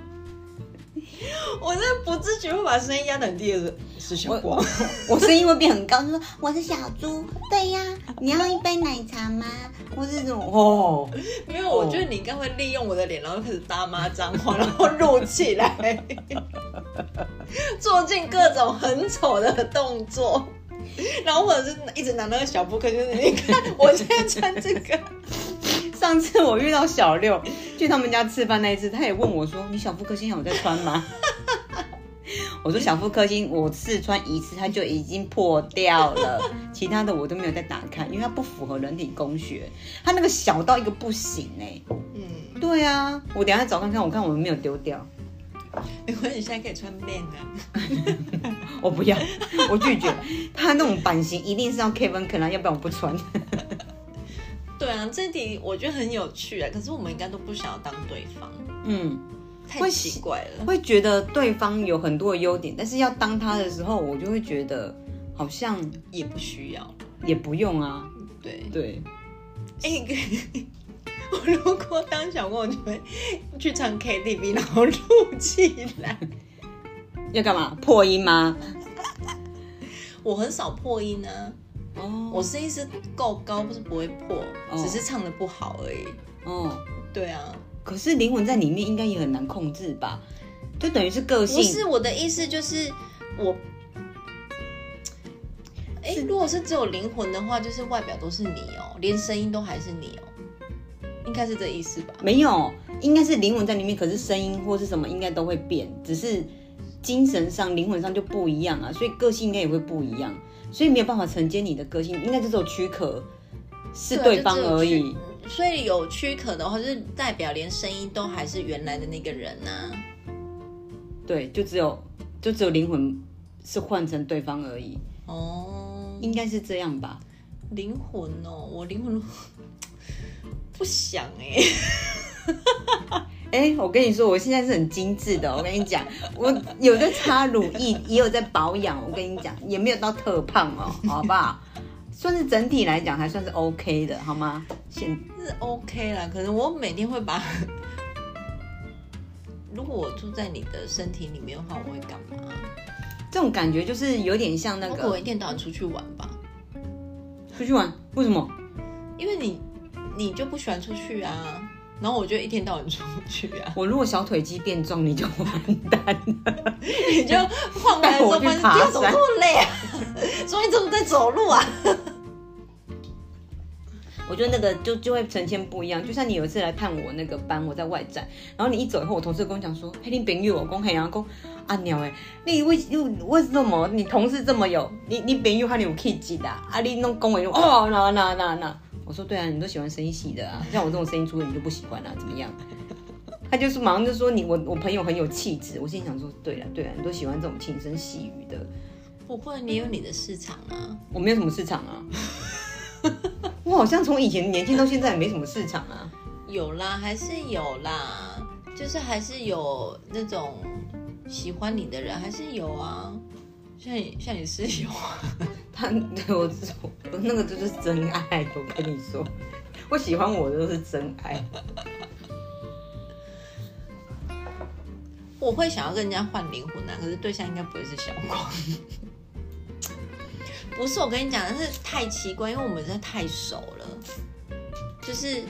B: 我真的不自觉会把声音压得很低的是小光。
A: 我声音会变很高，就说我是小猪，对呀，你要一杯奶茶吗？或是这种哦，
B: 没有，我觉得你应该会利用我的脸，然后开始大骂脏话，然后录起来， 做尽各种很丑的动作，然后或者是一直拿那个小扑克，就是你看我现在穿这个，
A: 上次我遇到小六去他们家吃饭那一次，他也问我说：“你小腹克星有在穿吗？” 我说：“小腹克星，我试穿一次它就已经破掉了， 其他的我都没有再打开，因为它不符合人体工学，它那个小到一个不行哎、
B: 嗯，
A: 对啊，我等一下找看看，我看我们没有丢掉。
B: 没关系，现在可以穿 man 啊。
A: 我不要，我拒绝。它那种版型一定是要 Kevin 可能，要不然我不穿。
B: 对啊，这题我觉得很有趣啊，可是我们应该都不想要当对方，
A: 嗯。
B: 太奇怪了。
A: 会觉得对方有很多的优点，但是要当他的时候，我就会觉得好像
B: 也不需要，
A: 也不用啊。
B: 对。
A: 对，
B: 哎、 我如果当小光，我就会去唱 KTV，然后录起来。
A: 要干嘛破音吗？
B: 我很少破音啊，
A: 哦，
B: 我声音是够高，不是不会破，只是唱的不好而已。
A: 哦，
B: 对啊，
A: 可是灵魂在里面应该也很难控制吧？就等于是个
B: 不
A: 性，
B: 是我的意思，就是我。哎、如果是只有灵魂的话，就是外表都是你哦，连声音都还是你哦，应该是这意思吧？
A: 没有，应该是灵魂在里面，可是声音或是什么应该都会变，只是精神上、灵魂上就不一样啊，所以个性应该也会不一样，所以没有办法承接你的个性，应该就只有躯壳是
B: 对
A: 对
B: 啊
A: 方
B: 就只有
A: 而已。
B: 躯所以有躯壳的话，就是代表连声音都还是原来的那个人啊呐、
A: 对，就只有就只有灵魂是换成对方而已，
B: 哦，
A: 应该是这样吧？
B: 灵魂哦，我灵魂 不想哎、
A: 哎、我跟你说，我现在是很精致的哦、我跟你讲，我有在擦乳液，也有在保养。我跟你讲，也没有到特胖哦，好不好？算是整体来讲还算是 OK 的，好吗？现
B: 是 OK 啦，可能我每天会把， 如果我住在你的身体里面的话，我会干嘛？
A: 这种感觉就是有点像那
B: 那我
A: 个
B: 一天到晚出去玩吧，
A: 出去玩，为什么？
B: 因为你你就不喜欢出去啊，然后我就一天到晚出去 啊，
A: 我如果小腿肌变壮，你就完蛋了。
B: 你就晃来的时
A: 带我
B: 候发现，
A: 去爬
B: 天
A: 山
B: 怎么这么累啊？ 所以你怎么在走路 啊？
A: 我觉得那个就就会呈现不一样。就像你有一次来看我那个班，我在外站，然后你一走以后，我同事跟我讲说：“嘿，你朋友，我讲嘿，然后讲啊鸟哎，你为你为什么你同事这么有你你朋友和你有气质的啊？啊你弄恭维哦那那那那，我说对啊，你都喜欢声音细的啊，像我这种声音粗的你就不喜欢啊，怎么样？”他就是马上就说你我我朋友很有气质，我心里想说对了对了，啊你都喜欢这种轻声细语的，
B: 不会，你有你的市场啊。
A: 我没有什么市场啊， 我好像从以前年轻到现在也没什么市场啊。
B: 有啦，还是有啦，就是还是有那种喜欢你的人，还是有啊。像你像你室友啊，
A: 他 对我这种，那个就是真爱，我跟你说，我喜欢我的都是真爱。
B: 我会想要跟人家换灵魂啊，可是对象应该不会是小光。 不是，我跟你讲，是太奇怪，因为我们真的太熟了，就是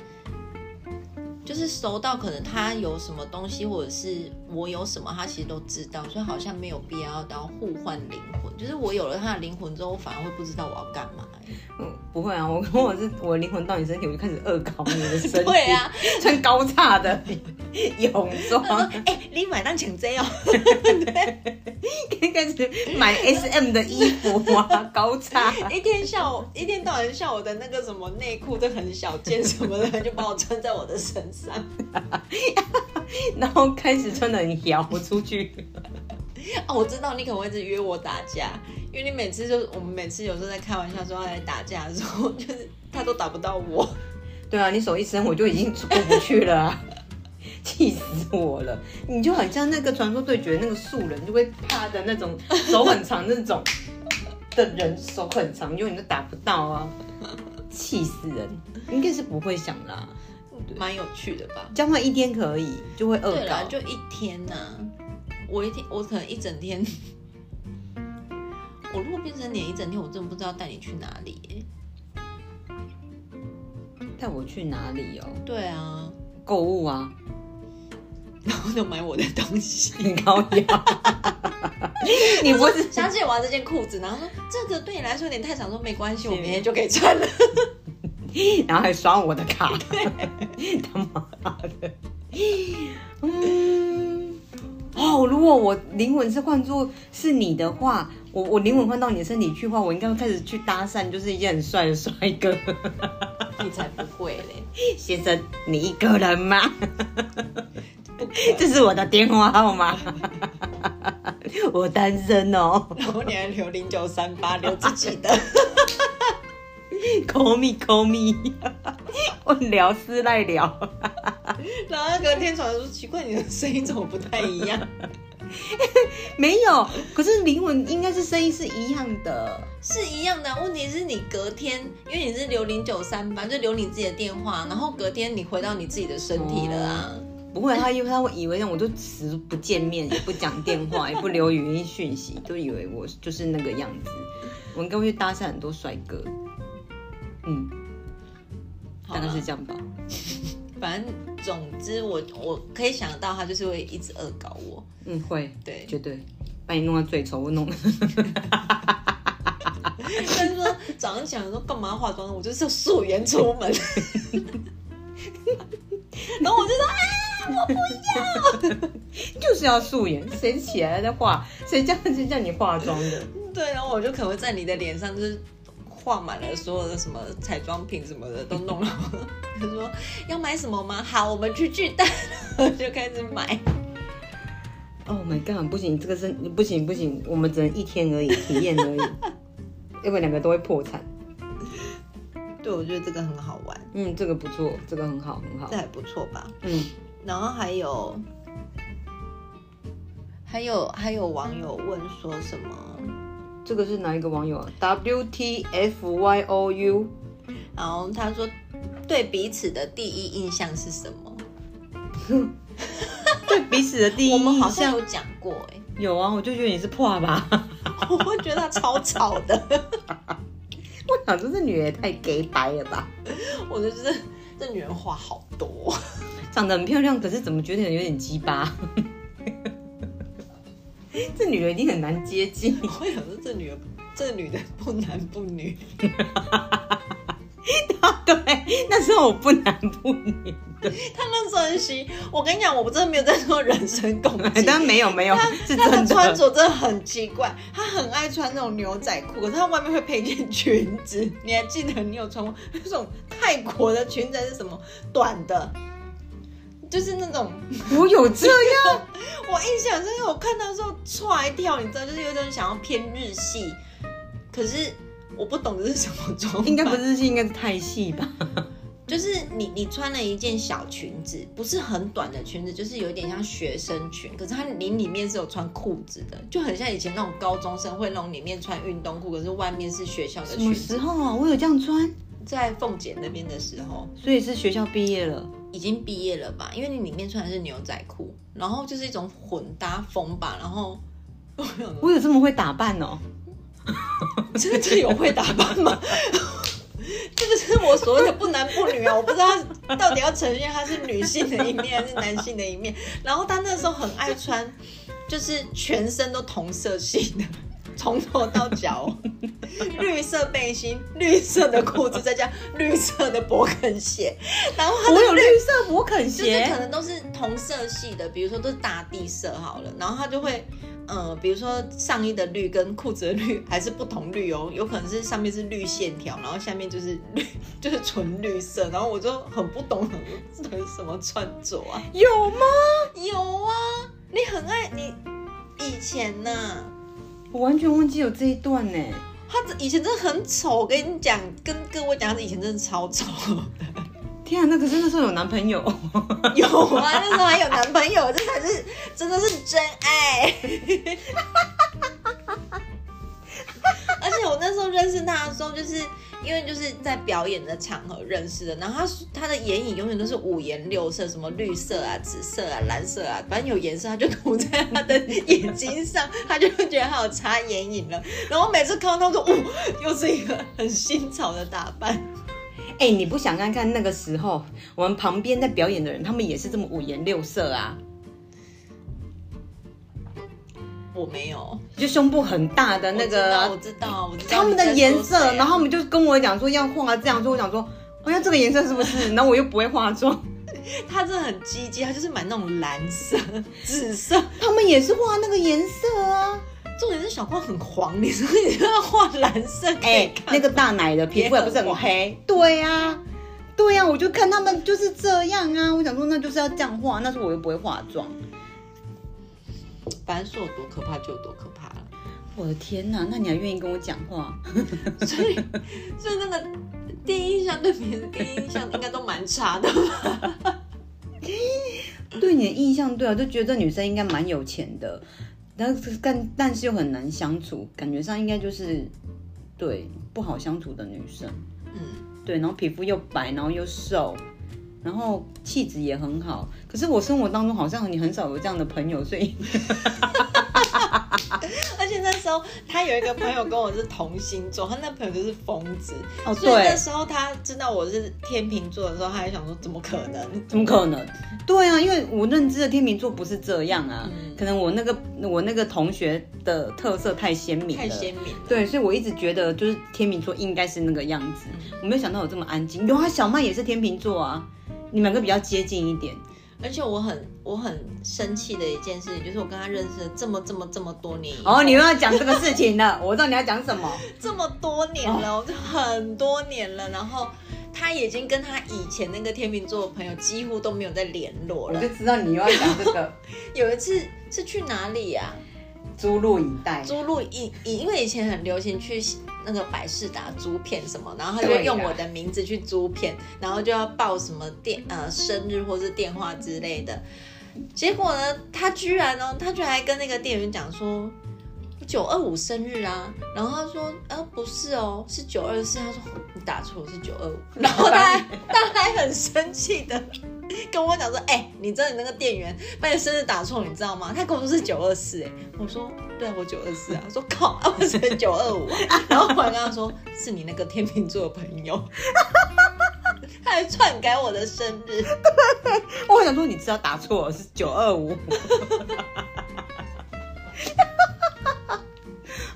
B: 就是熟到可能他有什么东西，或者是我有什么，他其实都知道，所以好像没有必要到互换灵魂。就是我有了他的灵魂之后，我反而会不知道我要干嘛、 欸
A: 嗯，不会啊，我跟我是我灵魂到你身体，我就开始恶搞你的身体。
B: 对啊，
A: 穿高叉的泳
B: 说
A: 装，
B: 哎、你买当请这哦，
A: 开始买 S M 的衣服啊，高叉。
B: 一天笑我，一天到晚笑我的那个什么内裤都很小件什么的，就把我穿在我的身上。
A: 然后开始穿的很摇出去，
B: 哦，我知道你可能会一直约我打架，因为你每次就我们每次有时候在开玩笑说要来打架的时候， 就是他都打不到我。
A: 对啊，你手一伸我就已经出不去了、啊， 气死我了！你就很像那个传说对决那个素人，就会趴的那种手很长那种的人，手很长，因为你都打不到啊，气死人！应该是不会想啦，
B: 蛮有趣的吧？
A: 交换一天可以，就会恶
B: 对啦
A: 搞，。
B: 就一天呐、我一天我可能一整天，我如果变成你一整天，我真的不知道带你去哪里耶、
A: 带我去哪里哦？
B: 对啊，
A: 购物啊，
B: 然后就买我的东西。
A: 很高雅。 你不是
B: 想起我这件裤子，然后说这个对你来说有点太长，说没关系，我明天就可以穿了。
A: 然后还刷我的卡，他妈的，嗯，哦，如果我灵魂是换作是你的话，我我灵魂换到你的身体去的话，我应该会开始去搭讪，就是一件很帅的帅哥
B: 你才不会嘞，
A: 先生，你一个人吗？
B: 不可能。
A: 这是我的电话号码，我单身哦
B: 然后你还留零九三八，留自己的。
A: ，call me call me，我聊是来聊。
B: 然后隔天传来说奇怪，你的声音怎么不太一样？
A: 没有，可是灵魂应该是声音是一样的。
B: 是一样的，问题是你隔天，因为你是留零九三八，就留你自己的电话，然后隔天你回到你自己的身体了啊。
A: 不会，他因为他会以为那我就死不见面，也不讲电话， 也不留语音讯息，就以为我就是那个样子。我应该会去搭讪很多帅哥，嗯，
B: 好
A: 大
B: 啦
A: 概哦是这样吧。
B: 反正总之我我可以想到他就是会一直恶搞我，
A: 嗯，会，
B: 对，
A: 绝对把你弄到最丑，我弄。
B: 但是说早上起来说干嘛化妆？我就是素颜出门，然后我就说啊，
A: 就是要素颜，谁起来在化？谁叫谁叫你化妆的？
B: 对，然后我就可能会在你的脸上就是画满了所有的什么彩妆品什么的都弄了。 他说要买什么吗？好，我们去巨蛋， 我就开始买。
A: Oh my god！不行，这个是不行不行，我们只能一天而已，体验 而已，要不然两个都会破产。
B: 对，我觉得这个很好玩，
A: 嗯，这个不错，这个很好很好
B: 这。还不错吧？
A: 嗯，
B: 然后还有，还有还有网友问说什么？
A: 这个是哪一个网友啊？W T F Y O U，
B: 然后他说，对彼此的第一印象是什么？
A: 对彼此的第一
B: 我们好
A: 印
B: 像
A: 象
B: 有讲过哎、
A: 有啊，我就觉得你是破吧。
B: 我会觉得他超吵的，
A: 我想说这女的也太 gay 白了吧，
B: 我就觉得这女人话好多。
A: 长得很漂亮，可是怎么觉得有点鸡巴？ 这女人一定很难接近，
B: 我想说这女的，这女的不男不女，
A: 对，那时候我不男不 女，
B: 她那时候很喜，我跟你讲，我真的没有在说人身攻击，
A: 但哎没有没有，是
B: 她的
A: 真
B: 穿
A: 的，
B: 着真的很奇怪，她很爱穿那种牛仔裤，可是她外面会配一件裙子。你还记得你有穿过那种泰国的裙子还是什么短的？就是那种，
A: 我有这样，
B: 我印象深刻，我看到的时候吓一跳，你知道，就是有点想要偏日系，可是我不懂这是什么装扮，
A: 应该不是日系，应该是泰系吧？
B: 就是你你穿了一件小裙子，不是很短的裙子，就是有点像学生裙，可是它里里面是有穿裤子的，就很像以前那种高中生会那种里面穿运动裤，可是外面是学校的
A: 什么
B: 裙
A: 时
B: 子。
A: 候啊？我有这样穿，
B: 在凤姐那边的时候，
A: 所以是学校毕业了。
B: 已经毕业了吧？因为你里面穿的是牛仔裤，然后就是一种混搭风吧，然后。 我想说
A: 我有这么会打扮哦？
B: 这这有会打扮吗？这个是我所谓的不男不女啊！我不知道他到底要呈现他是女性的一面还是男性的一面。然后他那时候很爱穿，就是全身都同色系的，从头到脚，绿色背心、绿色的裤子，再加绿色的勃肯鞋。然后他
A: 我
B: 的
A: 有绿色勃肯
B: 就是可
A: 鞋，
B: 能都是同色系的，比如说都是大地色好了，然后他就会，呃，比如说上衣的绿跟裤子的绿还是不同绿哦，有可能是上面是绿线条，然后下面就是 绿，就是纯绿色，然后我就很不懂，很很什么穿着啊？
A: 有吗？
B: 有啊，你很爱你以前呐、
A: 我完全忘记有这一段呢。
B: 他这以前真的很丑，我跟你讲，跟各位讲，他以前真的超丑。
A: 天啊，那可是那时候有男朋友，
B: 有啊，那时候还有男朋友，这才是真的是真爱。 而且我那时候认识他的时候，就是因为就是在表演的场合认识的，然后他他的眼影永远都是五颜六色，什么绿色啊、紫色啊、蓝色啊，反正有颜色他就涂在他的眼睛上，他就会觉得他有擦眼影了。然后每次看到他说，哦，又是一个很新潮的打扮。
A: 哎、你不想看看那个时候我们旁边在表演的人，他们也是这么五颜六色啊，
B: 我没有
A: 就胸部很大的那个啊
B: 我知道，我知道，我知道
A: 他们的
B: 你在说
A: 颜色，
B: 谁啊
A: 然后他们就跟我讲说要画这样，所以我想说，哎呀，这个颜色是不 是？然后我又不会化妆，
B: 他真的很积极，他就是买那种蓝色、紫色，
A: 他们也是画那个颜色啊。
B: 重点是小胖很黄，你说你就要画蓝色给
A: 哎、
B: 看
A: 那个大奶的皮肤也不是很黑，对呀、对啊呀、我就看他们就是这样啊。我想说，那就是要这样画，那时候我又不会化妆。
B: 反正说有多可怕就有多可怕了。
A: 我的天哪，那你还愿意跟我讲话？
B: 嗯所以，所以真的第一印象对别人的第一印象应该都蛮差 的吧？
A: 对你的印象，对啊，就觉得这女生应该蛮有钱的，但是但但是又很难相处，感觉上应该就是对不好相处的女生。
B: 嗯，
A: 对，然后皮肤又白，然后又瘦，然后气质也很好。可是我生活当中好像你很少有这样的朋友，所 以
B: 而且那时候他有一个朋友跟我是同星座，他那朋友就是疯子，
A: 哦
B: 所以那
A: 对，
B: 时候他知道我是天秤座的时候，他还想说怎么可能？
A: 怎么可能？对啊，因为我认知的天秤座不是这样啊，
B: 嗯
A: 可能我那个我那个同学的特色太鲜明了，
B: 太鲜明了。
A: 对，所以我一直觉得就是天秤座应该是那个样子，我没有想到有这么安静。有啊，小麦也是天秤座啊，你们两个比较接近一点。
B: 而且我很我很生气的一件事情，就是我跟他认识了这么这么这么多年以后
A: 哦，你又要讲这个事情 了，我知道你要讲什么。
B: 这么多年了，我就很多年了，然后他已经跟他以前那个天秤座的朋友几乎都没有再联络
A: 我
B: 了
A: 就。知道你又要讲这 个，
B: 有一次是去哪里呀、
A: 猪鹿以待。
B: 租录影，以因为以前很流行去那个百事达租片什么，然后他就
A: 对呀
B: 用我的名字去租片，然后就要报什么电呃生日或是电话之类的。结果呢，他居然哦，他居然还跟那个店员讲说，我九二五生日啊，然后他说，呃，不是哦，是九二四。他说你打错，是九二五。然后他还他还很生气的跟我讲说，哎、你知道你那个店员把你生日打错，你知道吗？他跟我说是九二四，哎，我说对啊，我九二四啊。他说靠，啊、我是九二五。啊然后我还跟他说，是你那个天秤座的朋友，他还篡改我的生日。
A: 哦我想说，你知道打错了是九二五。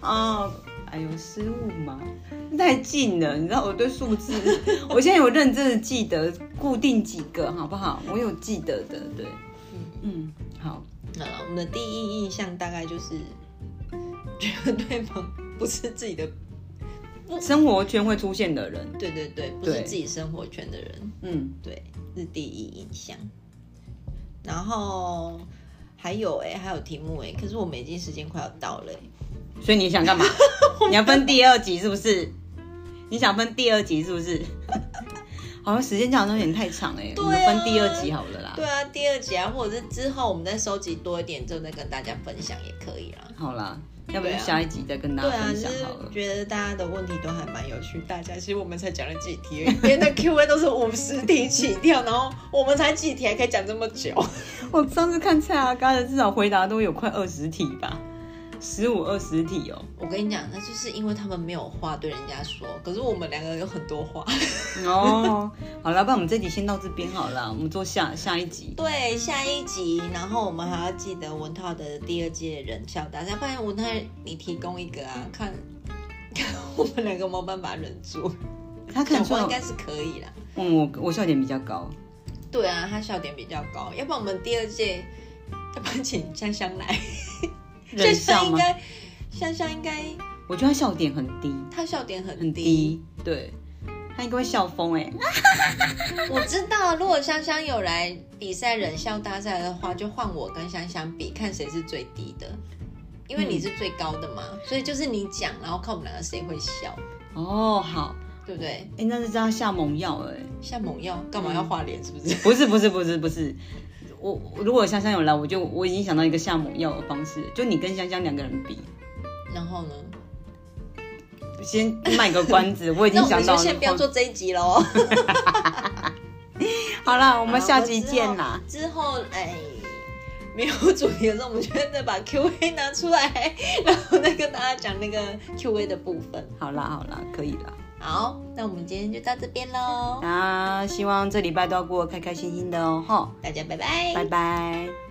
A: 啊，哎呦，失误嘛，太近了。你知道我对数字， 我现在有认真的记得固定几个，好不好？我有记得的，对，
B: 嗯
A: 嗯，好，
B: 好了，我们的第一印象大概就是觉得对方不是自己的，
A: 生活圈会出现的人，
B: 对对对，不是
A: 对
B: 自己生活圈的人，
A: 嗯，
B: 对，是第一印象。然后还有哎、还有题目哎、可是我们已经时间快要到了、欸，
A: 所以你想 干嘛？你要分第二集是不是？你想分第二集是不是？ 好像时间这样好像有点太长哎、我们
B: 对啊
A: 分第二集好了啦。
B: 对啊，第二集啊，或者是之后我们再收集多一点，之后再跟大家分享也可以啦。
A: 好啦，要不
B: 对
A: 就
B: 啊
A: 下一集再跟大
B: 对
A: 家
B: 啊，
A: 分
B: 就
A: 享
B: 是
A: 好了。
B: 觉得大家的问题都还蛮有趣。大家其实我们才讲了几题而已，别人的 Q&A 都是五十题起跳，然后我们才几题还可以讲这么 久。
A: 我上次看蔡阿嘎的，至少回答都有快二十题吧，十五二十题哦。
B: 我跟你讲，那就是因为他们没有话对人家说，可是我们两个有很多话。
A: 哦， 好了，不然我们这集先到这边好了，我们做下下一集。
B: 对，下一集，然后我们还要记得文涛的第二届人效大赛，不然文涛你提供一个啊，看看我们两个有没有办法忍住。
A: 他可
B: 讲
A: 能
B: 话应
A: 说，
B: 该是可以啦。
A: 嗯，我我笑点比较高，
B: 对啊，他笑点比较高，要不然我们第二届，要不然请香香来，香
A: 忍
B: 香
A: 笑
B: 应
A: 吗？
B: 该，香香应该
A: 我觉得他笑点很低，
B: 她笑点很
A: 很
B: 低
A: 低，对，他应该会笑疯哎、
B: 我知道，如果香香有来比赛人像大赛的话，就换我跟香香比，看谁是最低的，因为你是最高的嘛，
A: 嗯
B: 所以就是你讲，然后看我们两个谁会笑，
A: 哦，好，
B: 对不对？
A: 哎、那是叫他下猛药哎、
B: 像猛药干嘛要画脸，是不是？
A: 不是不是不是不是，我我如果香香有来，我就我已经想到一个下猛药的方式，就你跟香香两个人比，
B: 然后呢？
A: 先卖个关 子，我已
B: 那
A: 经想
B: 我们
A: 到了。
B: 就先不要做这一集喽，
A: 好啦，我
B: 我
A: 们下集见啦。。
B: 之后哎。没有主题的时候，我们就会再把 Q&A 拿出来，然后再跟大家讲那个 Q&A 的部分。
A: 好啦好啦，可以啦。
B: 好，那我们今天就到这边喽，
A: 那希望这礼拜都要过得开开心心的哦，吼，
B: 大家拜
A: 拜拜。